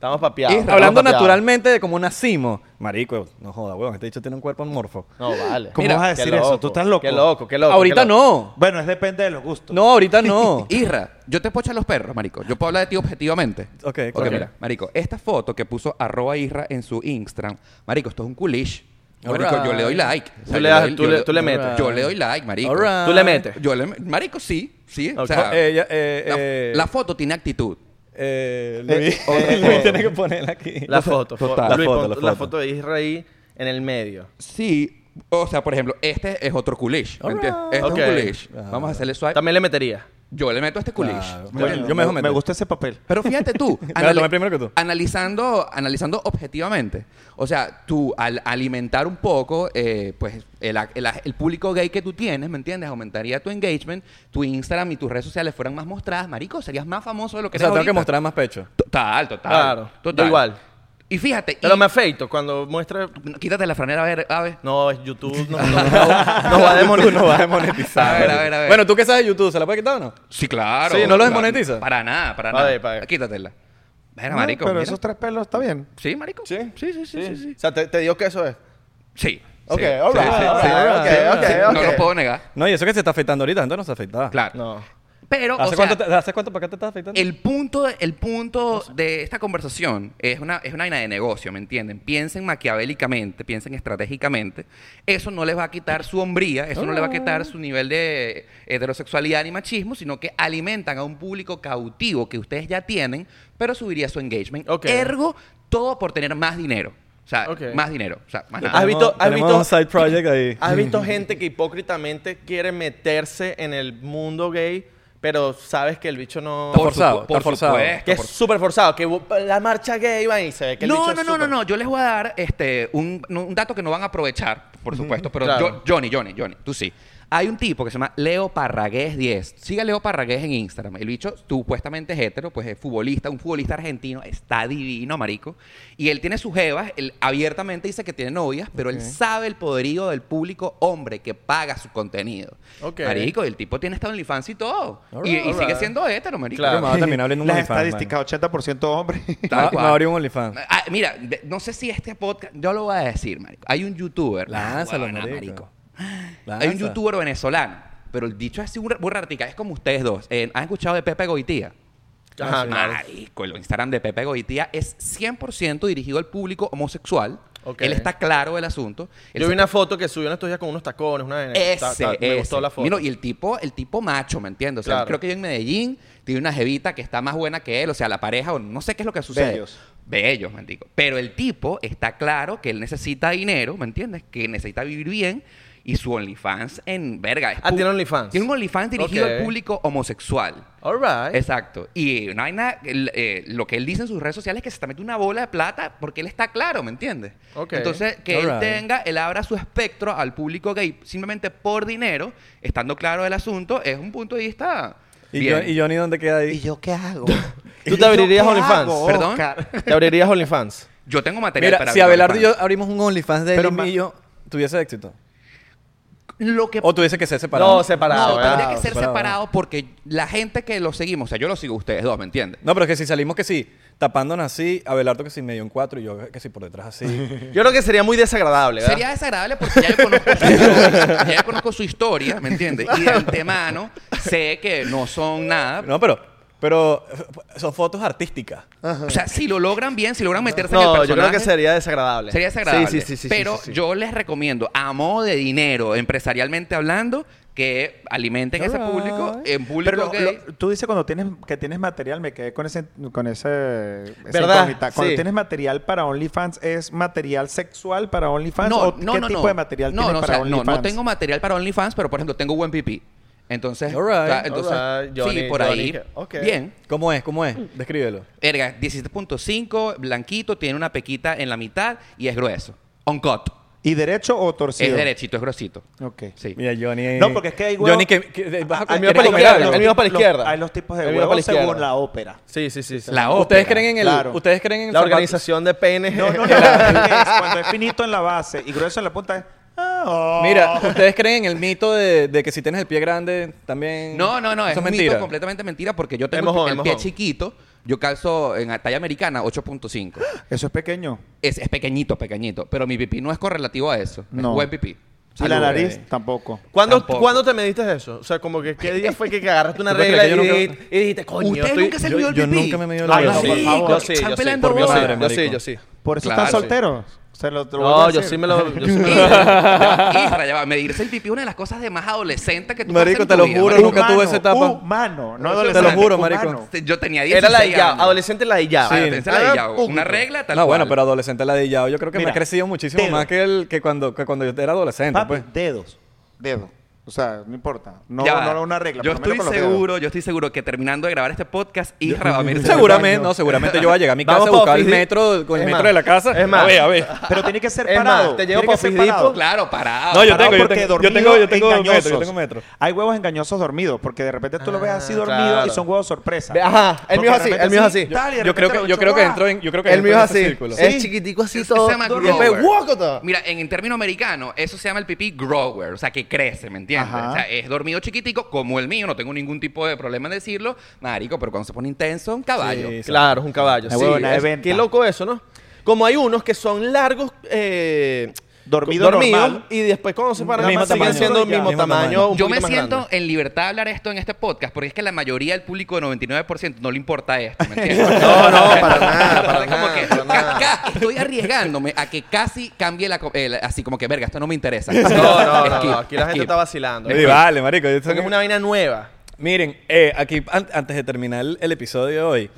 D: Estamos papeados.
B: Isra,
D: estamos
C: Hablando
D: papeados.
C: naturalmente de cómo nacimos. Marico, no joda, weón, este dicho tiene un cuerpo morfo.
D: No, vale.
A: ¿Cómo
B: Mira,
A: vas a
D: Qué
A: decir eso?
D: loco,
A: ¿Tú estás loco?
D: Qué loco, qué loco.
C: ahorita
D: qué loco.
C: no.
A: Bueno, es depende de los gustos.
C: No, ahorita no.
B: Irra, yo te pocho a los perros, marico. Yo puedo hablar de ti objetivamente.
C: Ok,
B: Ok,
C: claro.
B: mira, marico, esta foto que puso arroba Irra en su Instagram, marico, esto es un coolish. Marico, yo le doy like.
D: Tú le das-
B: doy-
D: tú le- tú le metes.
B: Yo le doy like, marico.
C: Alright.
D: Tú le metes.
B: Yo le, marico, sí, sí. O
D: Ok.
B: sea,
C: Eh, ya, eh,
B: la,
C: eh,
B: la foto tiene actitud.
C: Eh, Luis,
A: Eh,
C: Luis
A: eh,
C: tiene que ponerla aquí.
D: La foto. fo-
C: Total.
D: Luis,
C: La foto,
D: pon-
C: la foto.
D: la foto de Israel en el medio.
B: Sí. O sea, por ejemplo, este es otro coolish. ¿me entiendes? Este
D: Ok.
B: es un coolish. Vamos a hacerle swipe.
D: También le metería.
B: Yo le meto a este coolish.
C: Claro.
A: Bueno,
C: Yo- yo me dejo meter.
A: gusta ese papel.
B: Pero fíjate tú,
C: Me la tomé primero que tú.
B: analizando, analizando objetivamente, o sea, tú al alimentar un poco, eh, pues el, ac- el ac- el público gay que tú tienes, ¿me entiendes? Aumentaría tu engagement, tu Instagram y tus redes sociales fueran más mostradas, marico, serías más famoso de lo que
C: O sea,
B: eres
C: tengo que
B: ahorita.
C: mostrar más pecho.
B: Total, total.
D: Claro,
B: total.
D: yo igual.
B: Y fíjate,
D: Pero
B: y-
D: me afeito cuando muestra.
B: quítate la franera a ver, a ver.
D: No, es YouTube no, no, no, no va a demonetizar.
C: No va a demonetizar.
B: A ver, a ver, a ver.
C: Bueno, ¿tú qué sabes de YouTube? ¿Se la puede quitar o no?
B: Sí, claro.
C: Sí, ¿no lo
B: Claro.
C: desmonetiza?
B: Para nada, para
D: A
B: nada.
D: ver, para ver.
B: Quítatela. Mira,
A: No,
B: marico,
A: pero
B: mira.
A: esos tres pelos está bien.
B: Sí, marico.
D: ¿Sí?
B: sí, sí, sí, sí. sí.
D: O sea, te, te digo que eso es.
B: Sí.
D: Ok,
B: sí,
D: all right,
B: sí, sí,
D: all
B: sí.
D: right, ok, ok,
B: Sí,
D: ok.
B: No lo puedo negar.
C: No, y eso que se está afeitando ahorita, entonces no se afeitaba.
B: Claro.
D: No.
B: Pero, o
C: ¿Hace,
B: sea,
C: cuánto te- ¿Hace cuánto para acá te estás afeitando?
B: el punto, el punto de esta conversación es una, es una vaina de negocio, ¿me entienden? Piensen maquiavélicamente, piensen estratégicamente. Eso no les va a quitar su hombría, eso no les va a quitar su nivel de eh, heterosexualidad ni machismo, sino que alimentan a un público cautivo que ustedes ya tienen, pero subiría su engagement.
D: Ok.
B: Ergo, todo por tener más dinero. O sea,
D: Ok.
B: más dinero. O sea, más nada.
D: ¿Has visto- has
C: Tenemos
D: visto- Ah,
C: un side project ahí.
D: ¿Has visto gente que hipócritamente quiere meterse en el mundo gay, pero sabes que el bicho no.
C: Por- forzado,
B: supu-
C: está forzado.
B: supuesto,
D: que es
B: por
D: súper forzado. Que bu- la marcha gay va y se ve que el
B: no,
D: bicho
B: no,
D: es
B: no, no,
D: súper-
B: no. Yo les voy a dar este, un, no, un dato que no van a aprovechar, por supuesto, pero
D: Claro.
B: yo- Johnny, Johnny, Johnny, tú sí. Hay un tipo que se llama Leo Parragués 10. Sigue a Leo Parragués en Instagram. El bicho supuestamente es hetero, pues es futbolista, un futbolista argentino. Está divino, marico. Y él tiene sus jevas. Él abiertamente dice que tiene novias, pero él sabe el poderío del público hombre que paga su contenido.
D: Ok.
B: Marico, el tipo tiene esta OnlyFans y todo.
C: All
B: y
C: right,
B: y
D: all
B: sigue
D: right.
B: siendo hetero, marico.
D: Claro.
C: Yo me voy a terminar abriendo un
A: Las
C: OnlyFans,
A: estadísticas, 80% hombre.
C: mano. Me-
B: Tal cual.
C: Me abrí un OnlyFans.
B: Ah, mira, de- no sé si este podcast, yo lo voy a decir, marico. Hay un youtuber.
C: Lánzalo,
B: Ah, huevona,
C: marico.
B: Hay un
C: Lanza.
B: youtuber venezolano, pero el dicho es así un- muy radical. Es como ustedes dos. Eh, ¿Han escuchado de Pepe Goitía?
D: Ajá, claro.
B: Marico, el Instagram de Pepe Goitía es 100% dirigido al público homosexual.
D: Ok.
B: Él está claro del asunto. Él
D: Yo vi
B: se-
D: una foto que subió en estos días con unos tacones, una vaina.
B: ese,
D: Ta- ta- Me
B: ese.
D: gustó la foto.
B: Mira, y el tipo, el tipo macho, ¿me entiendes? O sea,
D: Claro.
B: creo que yo en Medellín tiene una jevita que está más buena que él, o sea, la pareja, o no sé qué es lo que sucede.
A: Bellos.
B: Bellos, me entiendes. Pero el tipo está claro que él necesita dinero, ¿me entiendes? Que necesita vivir bien. Y su OnlyFans en verga. es
D: Ah,
B: pu-
D: tiene OnlyFans.
B: Tiene un OnlyFans dirigido
D: Ok.
B: al público homosexual.
D: All right.
B: Exacto. Y no hay nada. el- eh, lo que él dice en sus redes sociales es que se está metiendo una bola de plata porque él está claro, ¿me entiendes?
D: Ok.
B: Entonces, que él
C: Alright.
B: tenga, él abra su espectro al público gay simplemente por dinero, estando claro del asunto, es un punto de vista.
C: ¿Y,
B: bien.
C: yo, ¿Y Johnny dónde queda ahí?
A: yo qué hago?
D: ¿Tú te abrirías OnlyFans?
B: Perdón.
D: ¿Te abrirías OnlyFans?
B: Yo tengo material
C: Mira,
B: para
C: si
B: abrir
C: Abelardo y yo
B: OnlyFans.
C: abrimos un OnlyFans de
A: Pero
C: él y
A: ma-
C: mío, tuviese éxito.
B: Lo que
C: O tuviese que ser separado.
D: No, separado.
B: no, tendría que
D: ¿verdad?
B: ser
C: separado.
B: separado porque la gente que lo seguimos, o sea, yo lo sigo a ustedes dos, ¿me entiendes?
C: No, pero es que si salimos que sí, tapándonos así, Abelardo que sí medio en cuatro y yo que sí por detrás así.
D: Yo creo que sería muy desagradable, ¿verdad?
B: Sería desagradable porque ya yo conozco su historia, ya yo conozco su historia, ¿me entiendes? Y de antemano sé que no son nada.
C: No, pero, pero eh, son fotos artísticas.
B: O sea, si lo logran bien, si logran meterse en el
D: No,
B: personaje...
D: yo creo que sería desagradable.
B: Sería desagradable.
D: Sí, sí, sí. sí,
B: pero
D: sí, sí.
B: yo les recomiendo, a modo de dinero, empresarialmente hablando, que alimenten ese
C: Alright.
B: público en público
A: Pero lo-
B: gay.
A: lo- tú dices cuando tienes que tienes material, me quedé con ese con ese esa
D: ¿Verdad?
A: incógnita. Cuando
D: Sí.
A: tienes material para OnlyFans es material sexual para OnlyFans o qué tipo de material
B: no,
A: tienes
B: no, o
A: para
B: sea, no,
A: OnlyFans?
B: No, tengo material para OnlyFans, pero por ejemplo, tengo buen pipí. Entonces,
C: Alright,
B: o sea, entonces
D: alright,
B: sí,
D: Johnny,
B: por ahí.
D: Johnny, ok.
B: Bien.
C: ¿Cómo es? ¿Cómo es? Descríbelo.
B: Verga, 17.5, blanquito, tiene una pequita en la mitad y es grueso. On cut.
A: ¿Y derecho o torcido?
B: Es derechito, es grosito.
A: Ok.
B: Sí.
C: Mira, Johnny.
A: No, porque es que hay huevos-
C: Johnny, que, que- vas a-
A: Hay
D: mío
A: los
C: ¿quieres
D: para la
A: tipos-
C: comer
D: izquierda,
C: algo?
D: el mío para la
A: los-
D: izquierda.
A: Hay los tipos de
D: El mío
A: huevos
D: para la izquierda.
A: según la ópera.
D: Sí, sí, sí. sí.
B: La
C: Ustedes
B: ópera.
C: creen en el.
A: Claro.
C: Ustedes creen en el
D: La
C: zapato-
D: organización de penes.
A: No, no, no. es cuando es finito en la base y grueso en la punta es. ah, oh.
C: Mira, ustedes creen en el mito de, de que si tienes el pie grande también.
B: No, no, no, es
C: Eso es
B: un
C: mentira.
B: mito completamente mentira porque yo tengo
D: Es mojón,
B: el
D: es
B: pie
D: mojón.
B: chiquito, yo calzo en talla americana 8.5.
A: Eso es pequeño.
B: Es, es pequeñito, pequeñito, pero mi pipí no es correlativo a eso.
A: No.
B: Es buen pipí.
A: Y la
B: Salud.
A: nariz tampoco.
D: ¿Cuándo,
B: Tampoco.
D: ¿Cuándo te mediste eso? O sea, como que qué día fue que agarraste una
C: ¿Tú puedes
D: regla y,
C: creer que yo nunca-
D: di- y dijiste, coño,
B: ¿Ustedes
D: estoy...
B: nunca se han
C: yo-
B: medido el
C: yo
B: pipí?
C: nunca me he medido el
D: Ay,
A: Ay,
D: no,
A: sí,
D: por favor. Yo sí,
B: están
D: yo sí,
B: pelando
D: por mí, yo
B: bolas.
D: sí, yo sí,
C: marico.
D: yo sí.
A: Por eso
B: Claro,
A: están
B: sí.
A: solteros. Se lo, te lo vuelvo
D: No,
A: a
D: yo
A: decir.
D: sí me lo... yo sí me lo-
B: Isra, Isra, ya va. Medirse el pipí es una de las cosas de más adolescente que tú haces
C: Marico,
B: en
C: te
B: tu
C: lo
B: vida,
C: juro,
B: marico. Este,
C: nunca tuve esa etapa.
A: Humano, no
D: Te lo
A: adolescente.
C: juro, marico.
A: humano.
B: Yo tenía 10
D: Era la de Yao, adolescente la de Yao.
C: Sí.
B: la de
D: Ah,
B: Yao.
D: punto.
B: Una regla tal
C: no,
B: cual.
C: bueno, pero adolescente ladillado. Yo creo que me
A: Mira,
C: ha crecido muchísimo
A: dedo.
C: más que, el, que, cuando, que cuando yo era adolescente.
A: Papi,
C: pues.
A: dedos. Dedos. O sea, no importa. No,
B: Ya va.
A: no era una regla.
B: Yo
A: por lo
B: estoy
A: menos con los
B: seguro, yo estoy seguro que terminando de grabar este podcast, Isra va a medirse el
C: Seguramente,
A: baño.
C: no, seguramente yo voy a llegar a mi
D: Vamos
C: casa a
D: pa'
C: buscar el
D: ofici-
C: metro, con el
D: Es
C: metro
D: más,
C: de la casa.
D: es más.
C: A ver, a ver.
A: dedos. Pero tiene que ser
D: Es más,
A: parado.
D: te
A: tiene
D: llevo
A: que
D: pa'
A: ser
D: Ofidipo.
A: parado.
B: Claro, parado.
C: No, yo
A: Parado
C: tengo, yo
A: porque
C: tengo, yo
A: dormido
C: tengo, yo
A: es
C: tengo metro, yo
A: engañosos.
C: tengo metro.
A: Hay huevos engañosos dormidos, porque de repente tú lo ves así
D: Ah,
A: dormido
D: claro.
A: y son huevos sorpresa.
D: Ve, ajá, el mío es así, el mío es así.
C: Yo creo que, yo creo que entro en, yo creo que
D: El mío es
C: entro en ese
D: así.
C: círculo.
A: Sí.
D: Es chiquitico así
B: Ese
D: todo.
B: se llama
D: Y después,
B: grower.
D: ¡guácata!
B: Mira, en, en término americano, eso se llama el pipí grower, o sea, que crece, ¿me entiendes?
A: Ajá.
B: O sea, es dormido chiquitico, como el mío, no tengo ningún tipo de problema en decirlo, marico, pero cuando se pone intenso, un caballo.
C: Sí.
D: Claro, es un caballo.
A: La
D: sí,
A: huevona de
D: es-
A: venta.
D: qué loco eso, ¿no? Como hay unos que son largos, eh,
A: Dormido normal.
D: y después cuando se paran,
C: Mismo
D: siguen
C: tamaño.
D: siendo el mismo,
C: Mismo
D: tamaño.
C: tamaño.
D: un
B: Yo me
D: poquito más
B: siento
D: grande.
B: en libertad de hablar esto en este podcast, porque es que la mayoría del público de 99% no le importa esto, ¿me entiendes?
D: No, no, para nada, para
B: Es como
D: nada,
B: que
D: para nada.
B: ca- ca- estoy arriesgándome a que casi cambie la... co- el- así como que, verga, esto no me interesa.
D: No, no, no,
B: Skip,
D: no, aquí la gente
B: skip.
D: está vacilando.
C: Sí, vale, marico. yo
D: Es
C: tengo-
D: una vaina nueva.
C: Miren, eh, aquí an- antes de terminar el, el episodio de hoy,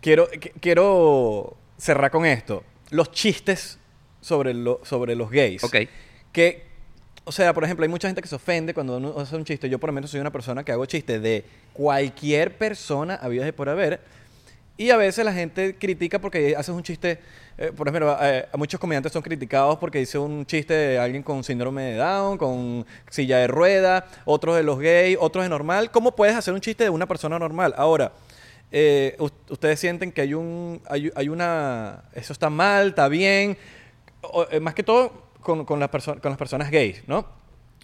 C: quiero, qu- quiero cerrar con esto. Los chistes sobre, lo- sobre los gays.
B: Ok.
C: Que, o sea, por ejemplo, hay mucha gente que se ofende cuando uno hace un chiste. Yo por lo menos soy una persona que hago chistes de cualquier persona habida y por haber. Y a veces la gente critica porque haces un chiste, eh, por ejemplo, eh, a muchos comediantes son criticados porque hice un chiste de alguien con síndrome de Down, con silla de rueda, otros de los gays, otros de normal. ¿Cómo puedes hacer un chiste de una persona normal? Ahora, eh, us- ustedes sienten que hay un, hay, hay una, eso está mal, está bien, O- eh, más que todo con, con las perso- con las personas gays, ¿no?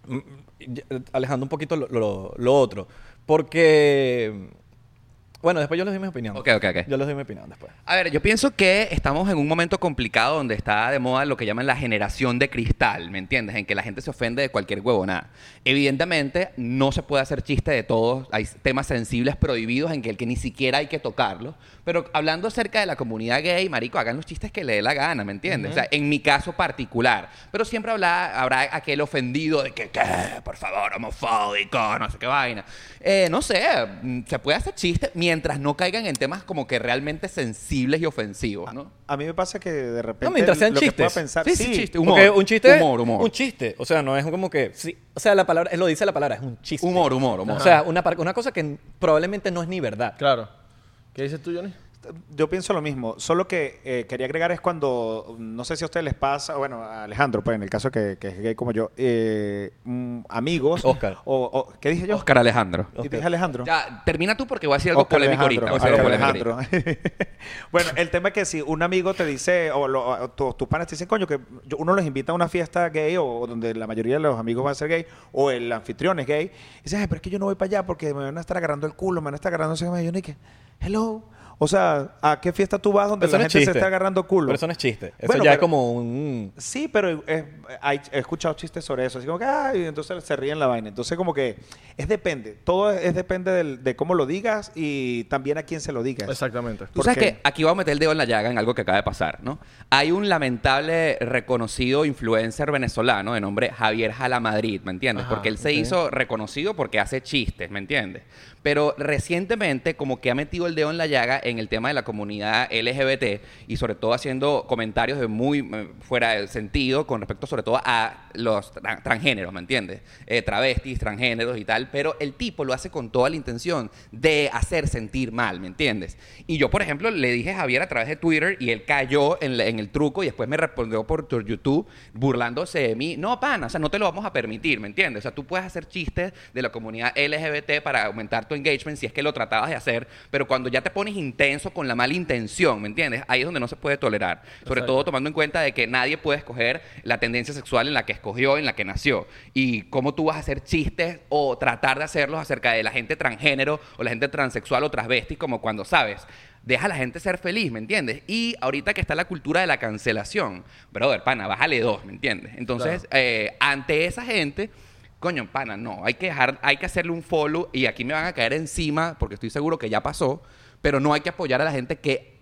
C: Mm, ya- Alejando un poquito lo, lo- lo otro, porque, bueno, después yo les doy mi opinión.
B: Ok, ok, ok.
C: Yo les doy mi opinión después.
B: A ver, yo pienso que estamos en un momento complicado donde está de moda lo que llaman la generación de cristal, ¿me entiendes? En que la gente se ofende de cualquier huevonada. Evidentemente, no se puede hacer chiste de todos. Hay temas sensibles prohibidos en que el que ni siquiera hay que tocarlos. Pero hablando acerca de la comunidad gay, marico, hagan los chistes que le dé la gana, ¿me entiendes? O sea, en mi caso particular. Pero siempre habla- habrá aquel ofendido de que, ¿qué? Por favor, homofóbico, no sé qué vaina. Eh, no sé, mm, se puede hacer chiste mientras no caigan en temas como que realmente sensibles y ofensivos, ¿no?
A: A mí me pasa que de repente.
C: No, mientras sean
A: lo que pueda
C: chistes.
A: pensar-
B: Sí, sí,
A: sí,
B: chiste.
C: Humor.
B: Humor.
C: un chiste.
B: Humor, humor.
C: Un chiste. O sea, no es como que. sí, o sea, la palabra. Lo dice la palabra, es un chiste.
B: Humor, humor, humor.
C: O sea, una, par- una cosa que n- probablemente no es ni verdad.
D: Claro. ¿Qué dices tú, Johnny?
A: Yo pienso lo mismo, solo que eh, quería agregar es cuando, no sé si a ustedes les pasa, bueno, a Alejandro, pues en el caso que, que es gay como yo, eh, mm, amigos.
C: Oscar.
A: O, o- ¿Qué dije yo?
B: Oscar Alejandro.
A: ¿Y dije Alejandro?
B: Ya, termina tú porque voy a decir algo
A: Oscar
B: polémico ahorita.
A: Alejandro,
B: voy a decir algo
A: Oscar
B: polémico ahorita.
A: Alejandro. bueno, el tema es que si un amigo te dice, o, lo- o tu- tus panas te dicen, coño, que yo- uno los invita a una fiesta gay o, o donde la mayoría de los amigos van a ser gay, o el anfitrión es gay, y dices, "Ay, pero es que yo no voy para allá porque me van a estar agarrando el culo, me van a estar agarrando ese y yo ni que, hello. O sea, ¿a qué fiesta tú vas donde
C: Pero
A: la
C: eso no
A: gente
C: es chiste.
A: se está agarrando culo?
C: Pero eso no es chiste. Eso
A: Bueno,
C: ya es
A: pero-
C: como un...
A: Sí, pero es- hay- he escuchado chistes sobre eso. Así como que, ay, entonces se ríen la vaina. Entonces, como que es depende. Todo es, es depende del- de cómo lo digas y también a quién se lo digas.
D: Exactamente.
B: Tú
A: ¿Por
B: sabes
A: qué?
B: que aquí vamos a meter el dedo en la llaga en algo que acaba de pasar, ¿no? Hay un lamentable reconocido influencer venezolano de nombre Javier Jalamadrid, ¿me entiendes?
D: Ajá,
B: porque él se
D: ok.
B: hizo reconocido porque hace chistes, ¿me entiendes? Pero recientemente como que ha metido el dedo en la llaga en el tema de la comunidad LGBT y sobre todo haciendo comentarios de muy eh, fuera de sentido con respecto sobre todo a los tra- transgéneros, ¿me entiendes? Eh, travestis, transgéneros y tal, pero el tipo lo hace con toda la intención de hacer sentir mal, ¿me entiendes? Y yo, por ejemplo, le dije a Javier a través de Twitter y él cayó en, la- en el truco y después me respondió por, tu- YouTube burlándose de mí. No, pana, o sea, no te lo vamos a permitir, ¿me entiendes? O sea, tú puedes hacer chistes de la comunidad LGBT para aumentar tu engagement si es que lo tratabas de hacer, pero cuando ya te pones intenso con la mala intención, ¿me entiendes? Ahí es donde no se puede tolerar. Sobre todo tomando en cuenta de que nadie puede escoger la tendencia sexual en la que escogió, en la que nació. Y cómo tú vas a hacer chistes o tratar de hacerlos acerca de la gente transgénero o la gente transexual o transvesti, como cuando sabes. Deja a la gente ser feliz, ¿me entiendes? Y ahorita que está la cultura de la cancelación, brother, pana, bájale dos, ¿me entiendes? Entonces, eh, ante esa gente, coño, pana, no, hay que dejar, hay que hacerle un follow y aquí me van a caer encima, porque estoy seguro que ya pasó, pero no hay que apoyar a la gente que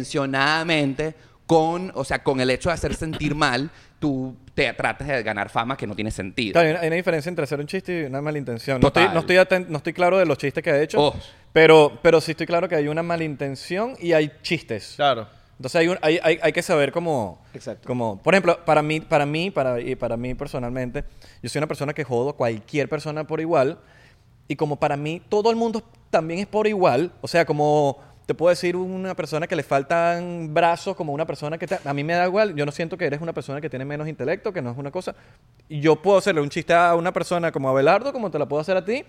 B: malintencionadamente, con, o sea, con el hecho de hacer sentir mal, tú te tratas de ganar fama que no tiene sentido.
C: Claro, hay una, hay una diferencia entre hacer un chiste y una mala intención. No estoy,
B: Total.
C: no, estoy aten- no estoy claro de los chistes que ha hecho,
B: Oh.
C: pero, pero sí estoy claro que hay una mala intención y hay chistes.
D: Claro.
C: Entonces hay, un- hay, hay- hay que saber cómo...
A: Exacto.
C: cómo- por ejemplo, para mí, para mí para, y para mí personalmente, yo soy una persona que jodo a cualquier persona por igual. Y como para mí todo el mundo también es por igual, o sea, como te puedo decir una persona que le faltan brazos, como una persona que... te- a mí me da igual, yo no siento que eres una persona que tiene menos intelecto, que no es una cosa. Y yo puedo hacerle un chiste a una persona como Abelardo, como te la puedo hacer a ti,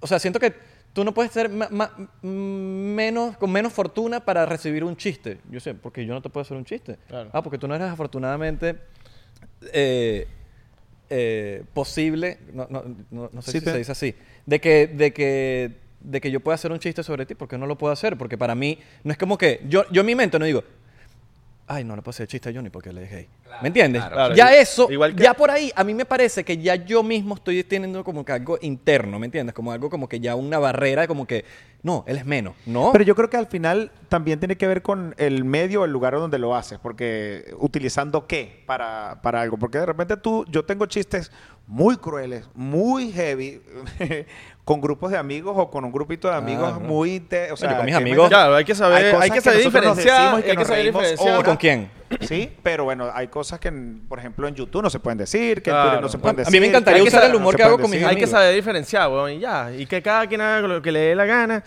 C: o sea, siento que tú no puedes ser ma- ma- mm, menos, con menos fortuna para recibir un chiste. Yo sé, porque yo no te puedo hacer un chiste.
D: Claro.
C: Ah, porque tú no eres afortunadamente eh, eh, posible, no, no- no- no sé
A: Sí,
C: si
A: te-
C: se dice así, de que, de que de que yo pueda hacer un chiste sobre ti, porque no lo puedo hacer, porque para mí no es como que yo, yo en mi mente no digo, ay, no le puedo hacer chiste a Johnny porque le dije gay. ¿Me entiendes?
D: claro.
C: Ya
D: Claro.
C: eso,
D: Igual que-
C: ya por ahí, a mí me parece que ya yo mismo estoy teniendo como que algo interno, ¿me entiendes? Como algo como que ya una barrera, como que, no, él es menos, ¿no?
A: Pero yo creo que al final también tiene que ver con el medio, el lugar donde lo haces, porque utilizando qué para, para algo. Porque de repente tú, yo tengo chistes muy crueles, muy heavy, con grupos de amigos o con un grupito de amigos
C: Ah, bueno.
A: muy... inte- o sea,
C: con mis
A: que-
C: amigos-
D: Claro, hay que saber- hay
A: cosas
D: que saber
A: nosotros nos
D: diferenciar,
A: decimos y
D: hay que
A: nos
D: saber
A: reímos
D: diferenciar.
A: ahora.
C: ¿Con quién?
A: Sí, pero bueno, hay cosas que, en- por ejemplo, en YouTube no se pueden decir, que en
D: Claro.
A: Twitter no se pueden
C: A mí
A: decir.
C: me encantaría
A: que
C: usar
A: se-
C: el humor
A: se
C: que hago
A: pueden
C: con mis
A: decir.
D: Hay que
C: amigos.
D: saber diferenciar, weón, y ya. Y que cada quien haga lo que le dé la gana.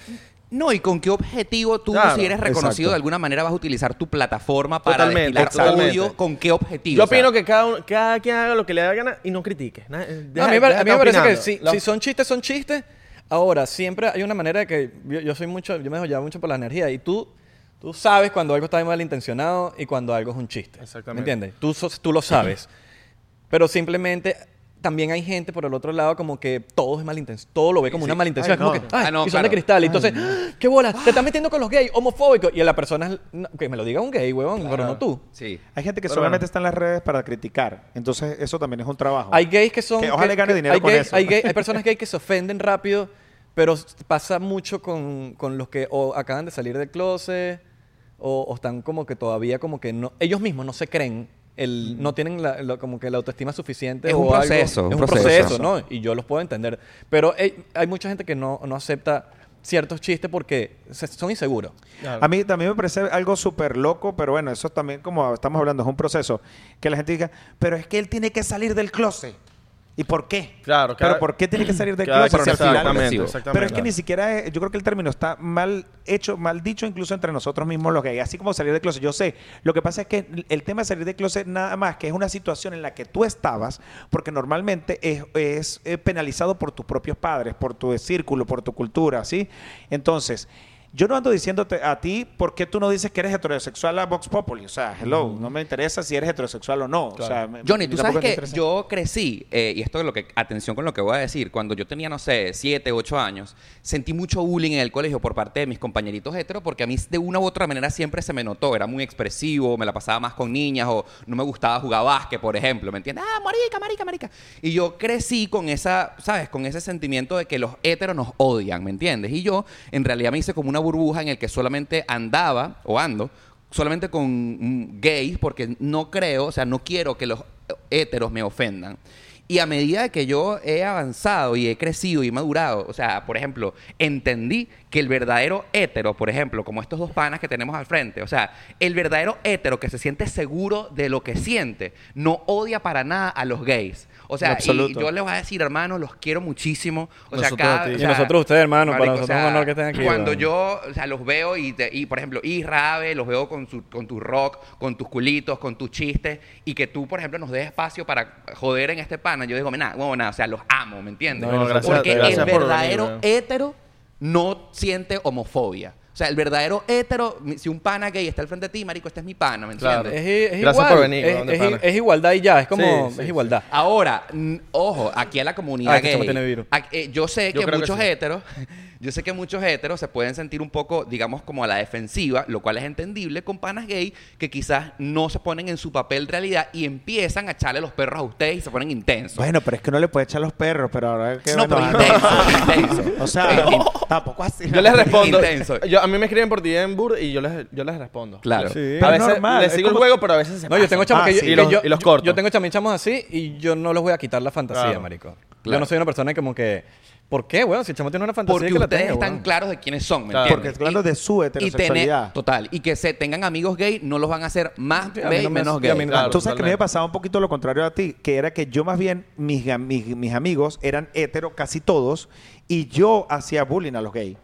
B: No, y con qué objetivo tú,
D: Claro,
B: si eres
A: exacto.
B: reconocido de alguna manera, vas a utilizar tu plataforma para
D: Totalmente,
B: destilar
D: totalmente.
B: odio, con qué objetivo.
D: Yo
B: O sea,
D: opino que cada, uno- cada quien haga lo que le dé la gana y no critique. Na- eh,
C: No,
D: deja-
C: a mí, me-
D: deja
C: a mí
D: estar
C: me parece que
D: opinando.
C: si,
D: La-
C: si son chistes, son chistes. Ahora, siempre hay una manera de que yo, yo soy mucho, yo me dejo llevar mucho por la energía y tú, tú sabes cuando algo está malintencionado y cuando algo es un chiste.
D: Exactamente.
C: ¿Me entiendes? Tú, sos- tú lo sabes. Pero simplemente también hay gente por el otro lado como que todo es malintencionado, todo lo ve como una malintención.
A: Ay,
C: es como
A: no.
C: que, ay,
B: Ah, no,
C: y son de
B: claro.
C: cristal. Y entonces, ¡Ah! ¿qué bola? Te estás metiendo con los gays, homofóbico. Y a la persona, es- no, que me lo diga un gay, huevón, pero no tú.
B: Sí.
A: Hay gente que
D: Pero
A: solamente
D: bueno.
A: está en las redes para criticar. Entonces, eso también es un trabajo.
C: Hay gays que son.
A: Que ojalá gane dinero
C: hay
A: con
C: gay-
A: eso.
C: Hay, gay- hay personas gay que se ofenden rápido, pero s- pasa mucho con, con los que o acaban de salir del closet o, o están como que todavía como que no. Ellos mismos no se creen. El, no tienen la, la- como que la autoestima suficiente
B: Es
C: o
B: un
C: algo.
B: proceso, un
C: es un proceso,
B: proceso.
C: no y yo los puedo entender pero eh, hay mucha gente que no, no acepta ciertos chistes porque se- son inseguros
D: Claro.
A: A mí también me parece algo súper loco, pero bueno, eso también, como estamos hablando, es un proceso. Que la gente diga, pero es que él tiene que salir del closet. ¿Y por qué?
D: Claro, cada-
A: Pero ¿por qué tiene que salir del
D: Cada
A: club?
D: quien- exactamente,
B: agresivo.
D: exactamente.
A: Pero es que ni siquiera, eh, yo creo que el término está mal hecho, mal dicho incluso entre nosotros mismos los gays, así como salir de closet. Yo sé, lo que pasa es que el tema de salir de closet nada más que es una situación en la que tú estabas, porque normalmente es, es, eh, penalizado por tus propios padres, por tu círculo, por tu cultura, ¿sí? Entonces... Yo no ando diciéndote a ti por qué tú no dices que eres heterosexual a Vox Populi. O sea, hello, no me interesa si eres heterosexual o no. O sea, me-
B: Johnny, tú
A: tampoco
B: sabes
A: me
B: que
A: interesa.
B: yo crecí, eh, y esto es lo que, atención con lo que voy a decir, cuando yo tenía, no sé, 7, 8 años, sentí mucho bullying en el colegio por parte de mis compañeritos heteros, porque a mí de una u otra manera siempre se me notó, era muy expresivo, me la pasaba más con niñas, o no me gustaba jugar básquet, por ejemplo, ¿me entiendes? Ah, marica, marica, marica. Y yo crecí con esa, ¿sabes? Con ese sentimiento de que los heteros nos odian, ¿me entiendes? Y yo, en realidad, me hice como una burbuja en el que solamente andaba, o ando, solamente con mm, gays porque no creo, o sea, no quiero que los héteros me ofendan. Y a medida que yo he avanzado y he crecido y madurado, o sea, por ejemplo, entendí que el verdadero hétero, por ejemplo, como estos dos panas que tenemos al frente, o sea, el verdadero hétero que se siente seguro de lo que siente, no odia para nada a los gays. O sea,
A: En
B: y- y
A: absoluto.
B: yo les voy a decir, hermano, los quiero muchísimo. O
D: Nosotros
B: sea,
D: a
B: cada,
D: ti.
B: o
D: Y
B: sea,
C: nosotros a ustedes, hermano, para
B: marico,
C: nosotros es un honor que estén aquí,
B: Cuando
C: weón.
B: yo yo, o sea, los veo y, te- y, por ejemplo, y Rabe, los veo con, su- con tu rock, con tus culitos, con tus chistes, y que tú, por ejemplo, nos des espacio para joder en este pana. Yo digo, nada, bueno, nada, o sea, los amo, ¿me entiendes?
D: No, gracias-
B: Porque
D: gracias
B: el
D: por venir,
B: verdadero
D: weón.
B: hétero no siente homofobia. O sea, el verdadero hétero, mi- si un pana gay está al frente de ti, marico, este es mi pana, ¿me entiendes?
D: Claro.
C: Es, i- es
D: Gracias
C: igual.
D: por venir,
C: Es,
D: weón, de
C: es i-
D: pana.
C: es igualdad y ya. Es como.
D: Sí, sí,
C: es igualdad.
B: Ahora, mm, ojo, aquí a la comunidad
C: Ah, este
B: gay.
C: chamo tiene virus.
B: Aquí, eh, yo sé
D: Yo
B: que
D: creo que
B: muchos
D: sí.
B: héteros, yo sé que muchos héteros se pueden sentir un poco, digamos, como a la defensiva, lo cual es entendible con panas gay que quizás no se ponen en su papel realidad y empiezan a echarle los perros a ustedes y se ponen intensos.
A: Bueno, pero es que no le puede echar los perros, pero ahora que
B: no, pero
A: bueno,
B: intenso,
A: ah,
B: intenso.
A: O sea,
B: Eh, in-
A: tampoco así.
D: Yo les respondo.
B: Intenso.
D: Yo- a mí me escriben por DM Bur y yo les, yo les respondo.
B: Claro.
C: Sí.
D: A
A: Pero
D: veces
A: normal,
D: les
A: es
D: sigo el
A: como-
D: juego, pero a veces se
C: No, yo tengo
D: pasan.
C: chamos
A: Ah,
C: que yo,
A: sí.
C: que
D: Y los-
C: yo-
D: y los
C: yo-
D: corto.
C: Yo tengo chamín chamos así y yo no les voy a quitar la fantasía,
D: Claro.
C: marico. Yo
B: Claro.
C: no soy una persona como que. ¿Por qué, weón? Si el chamo tiene una fantasía,
B: Porque
C: pues, que la
B: ustedes
C: tenga,
B: están
C: weón.
B: claros de quiénes son, ¿me
D: Claro.
B: entiendes?
A: Porque claro,
B: Y-
A: de su
B: y tener-
A: heterosexualidad.
B: total. Y que se tengan amigos gay no los van a hacer más
C: Sí, a mí
B: gay,
C: no me-
B: menos
C: y
B: gay.
C: a mí no-
D: Claro.
A: Tú sabes que a mí me
D: totalmente.
A: pasaba un poquito lo contrario a ti, que era que yo más bien, mis, ga- mis, mis amigos eran hetero casi todos, y yo hacía bullying a los gays.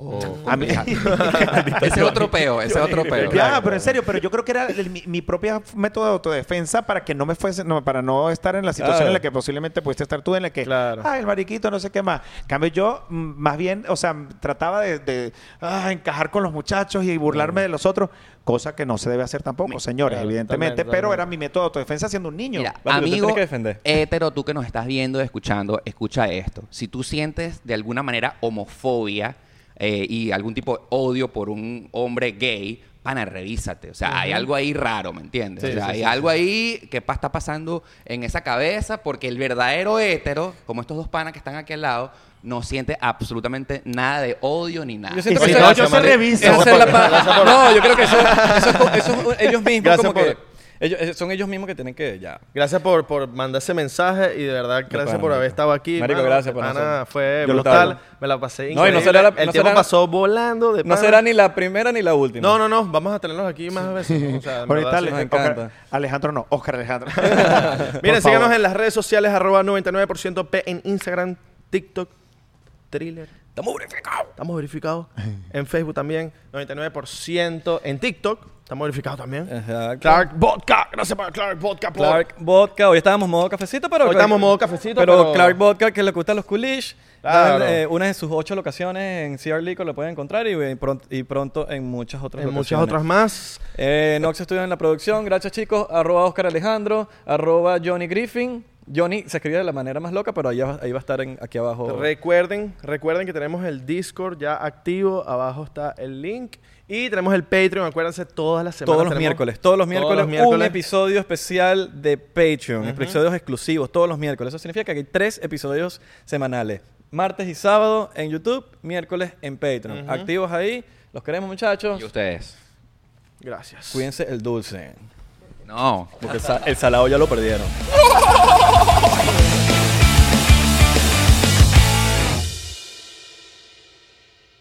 B: Oh,
A: A mí-
B: complicado. ese es otro peo, ese es otro peo.
A: ya, pero en serio, pero yo creo que era el- mi, mi propia método de autodefensa para que no me fuese, no, para no estar en la situación
C: Claro.
A: en la que posiblemente pudiste estar tú, en la que,
D: Claro.
A: ah, el mariquito, no sé qué más. En cambio, yo mm, más bien, o sea, m- trataba de, de, ah, encajar con los muchachos y burlarme de los otros, cosa que no se debe hacer tampoco, señores,
D: Claro,
A: evidentemente,
D: totalmente,
A: pero
D: totalmente.
A: era mi método de autodefensa siendo un niño.
B: Mira,
C: Vale, tú te
B: amigo
C: tienes que defender.
B: hétero, tú que nos estás viendo, escuchando, escucha esto. Si tú sientes de alguna manera homofobia eh, y algún tipo de odio por un hombre gay, pana, revísate. O sea, hay algo ahí raro, ¿me entiendes?
D: Sí,
B: o sea,
D: sí,
B: hay
D: sí,
B: algo ahí que pa- está pasando en esa cabeza porque el verdadero hétero, como estos dos panas que están aquí al lado, no siente absolutamente nada de odio ni nada.
C: Yo siento
A: Y
C: que
A: si
C: eso-
A: no, yo
C: eso-
A: se reviso.
C: eso es hacer la paz.
D: Gracias por-
C: No, yo creo que eso, eso es co- eso es ellos mismos
D: Gracias
C: como que.
D: por-
C: ellos- eh, son ellos mismos que tienen que ya.
D: Gracias por, por mandar ese mensaje y de verdad, gracias
C: pana,
D: por haber
C: marico.
D: estado aquí.
C: Marico,
D: hermano.
C: gracias
D: De
C: por
D: pana,
C: nosotros.
D: Fue
C: Yo lo
D: brutal.
C: estaba.
D: Me la pasé
C: No, y
D: increíble.
C: no será la-
D: El
C: no
D: tiempo
C: será-
D: pasó volando de
C: No
D: pana.
C: será ni la primera ni la última.
D: No, no, no. Vamos a tenerlos aquí más veces. O sea, en verdad,
A: Ahorita
D: sí.
A: Ale-
C: nos
A: eh, Oscar-
C: encanta.
A: Alejandro no, Oscar Alejandro.
D: Miren,
A: Por favor.
D: síganos en las redes sociales, arroba 99% P en Instagram, TikTok, Thriller.
C: Estamos purificados.
D: Estamos verificados. En Facebook también, 99%. En TikTok, estamos verificados también.
C: Exacto.
D: Clark Vodka. Gracias para Clark Vodka. por-
C: Clark Vodka. Hoy estábamos modo cafecito, pero.
D: Hoy estábamos modo cafecito,
C: pero.
D: pero-
C: Clark Vodka, que le gustan los coolish.
D: Claro.
C: Dan, eh, una de sus ocho locaciones en CR Lico lo pueden encontrar y, eh, pronto, y pronto en muchas otras
D: En muchas
C: locaciones.
D: otras más.
C: Eh, Nox Studio en la producción. Gracias, chicos. Arroba Oscar Alejandro. Arroba Johnny Griffin. Johnny se escribe de la manera más loca, pero ahí va, ahí va a estar en- aquí abajo.
D: Recuerden, recuerden que tenemos el Discord ya activo. Abajo está el link. Y tenemos el Patreon. Acuérdense, todas las semanas.
C: todos los
D: tenemos-
C: miércoles, todos los miércoles, un
D: miércoles.
C: episodio especial de Patreon, episodios exclusivos todos los miércoles. Eso significa que hay tres episodios semanales, martes y sábado en YouTube, miércoles en Patreon. Activos ahí, los queremos muchachos.
B: Y ustedes.
D: Gracias.
C: Cuídense el dulce,
B: No.
C: porque el sa- el salado ya lo perdieron.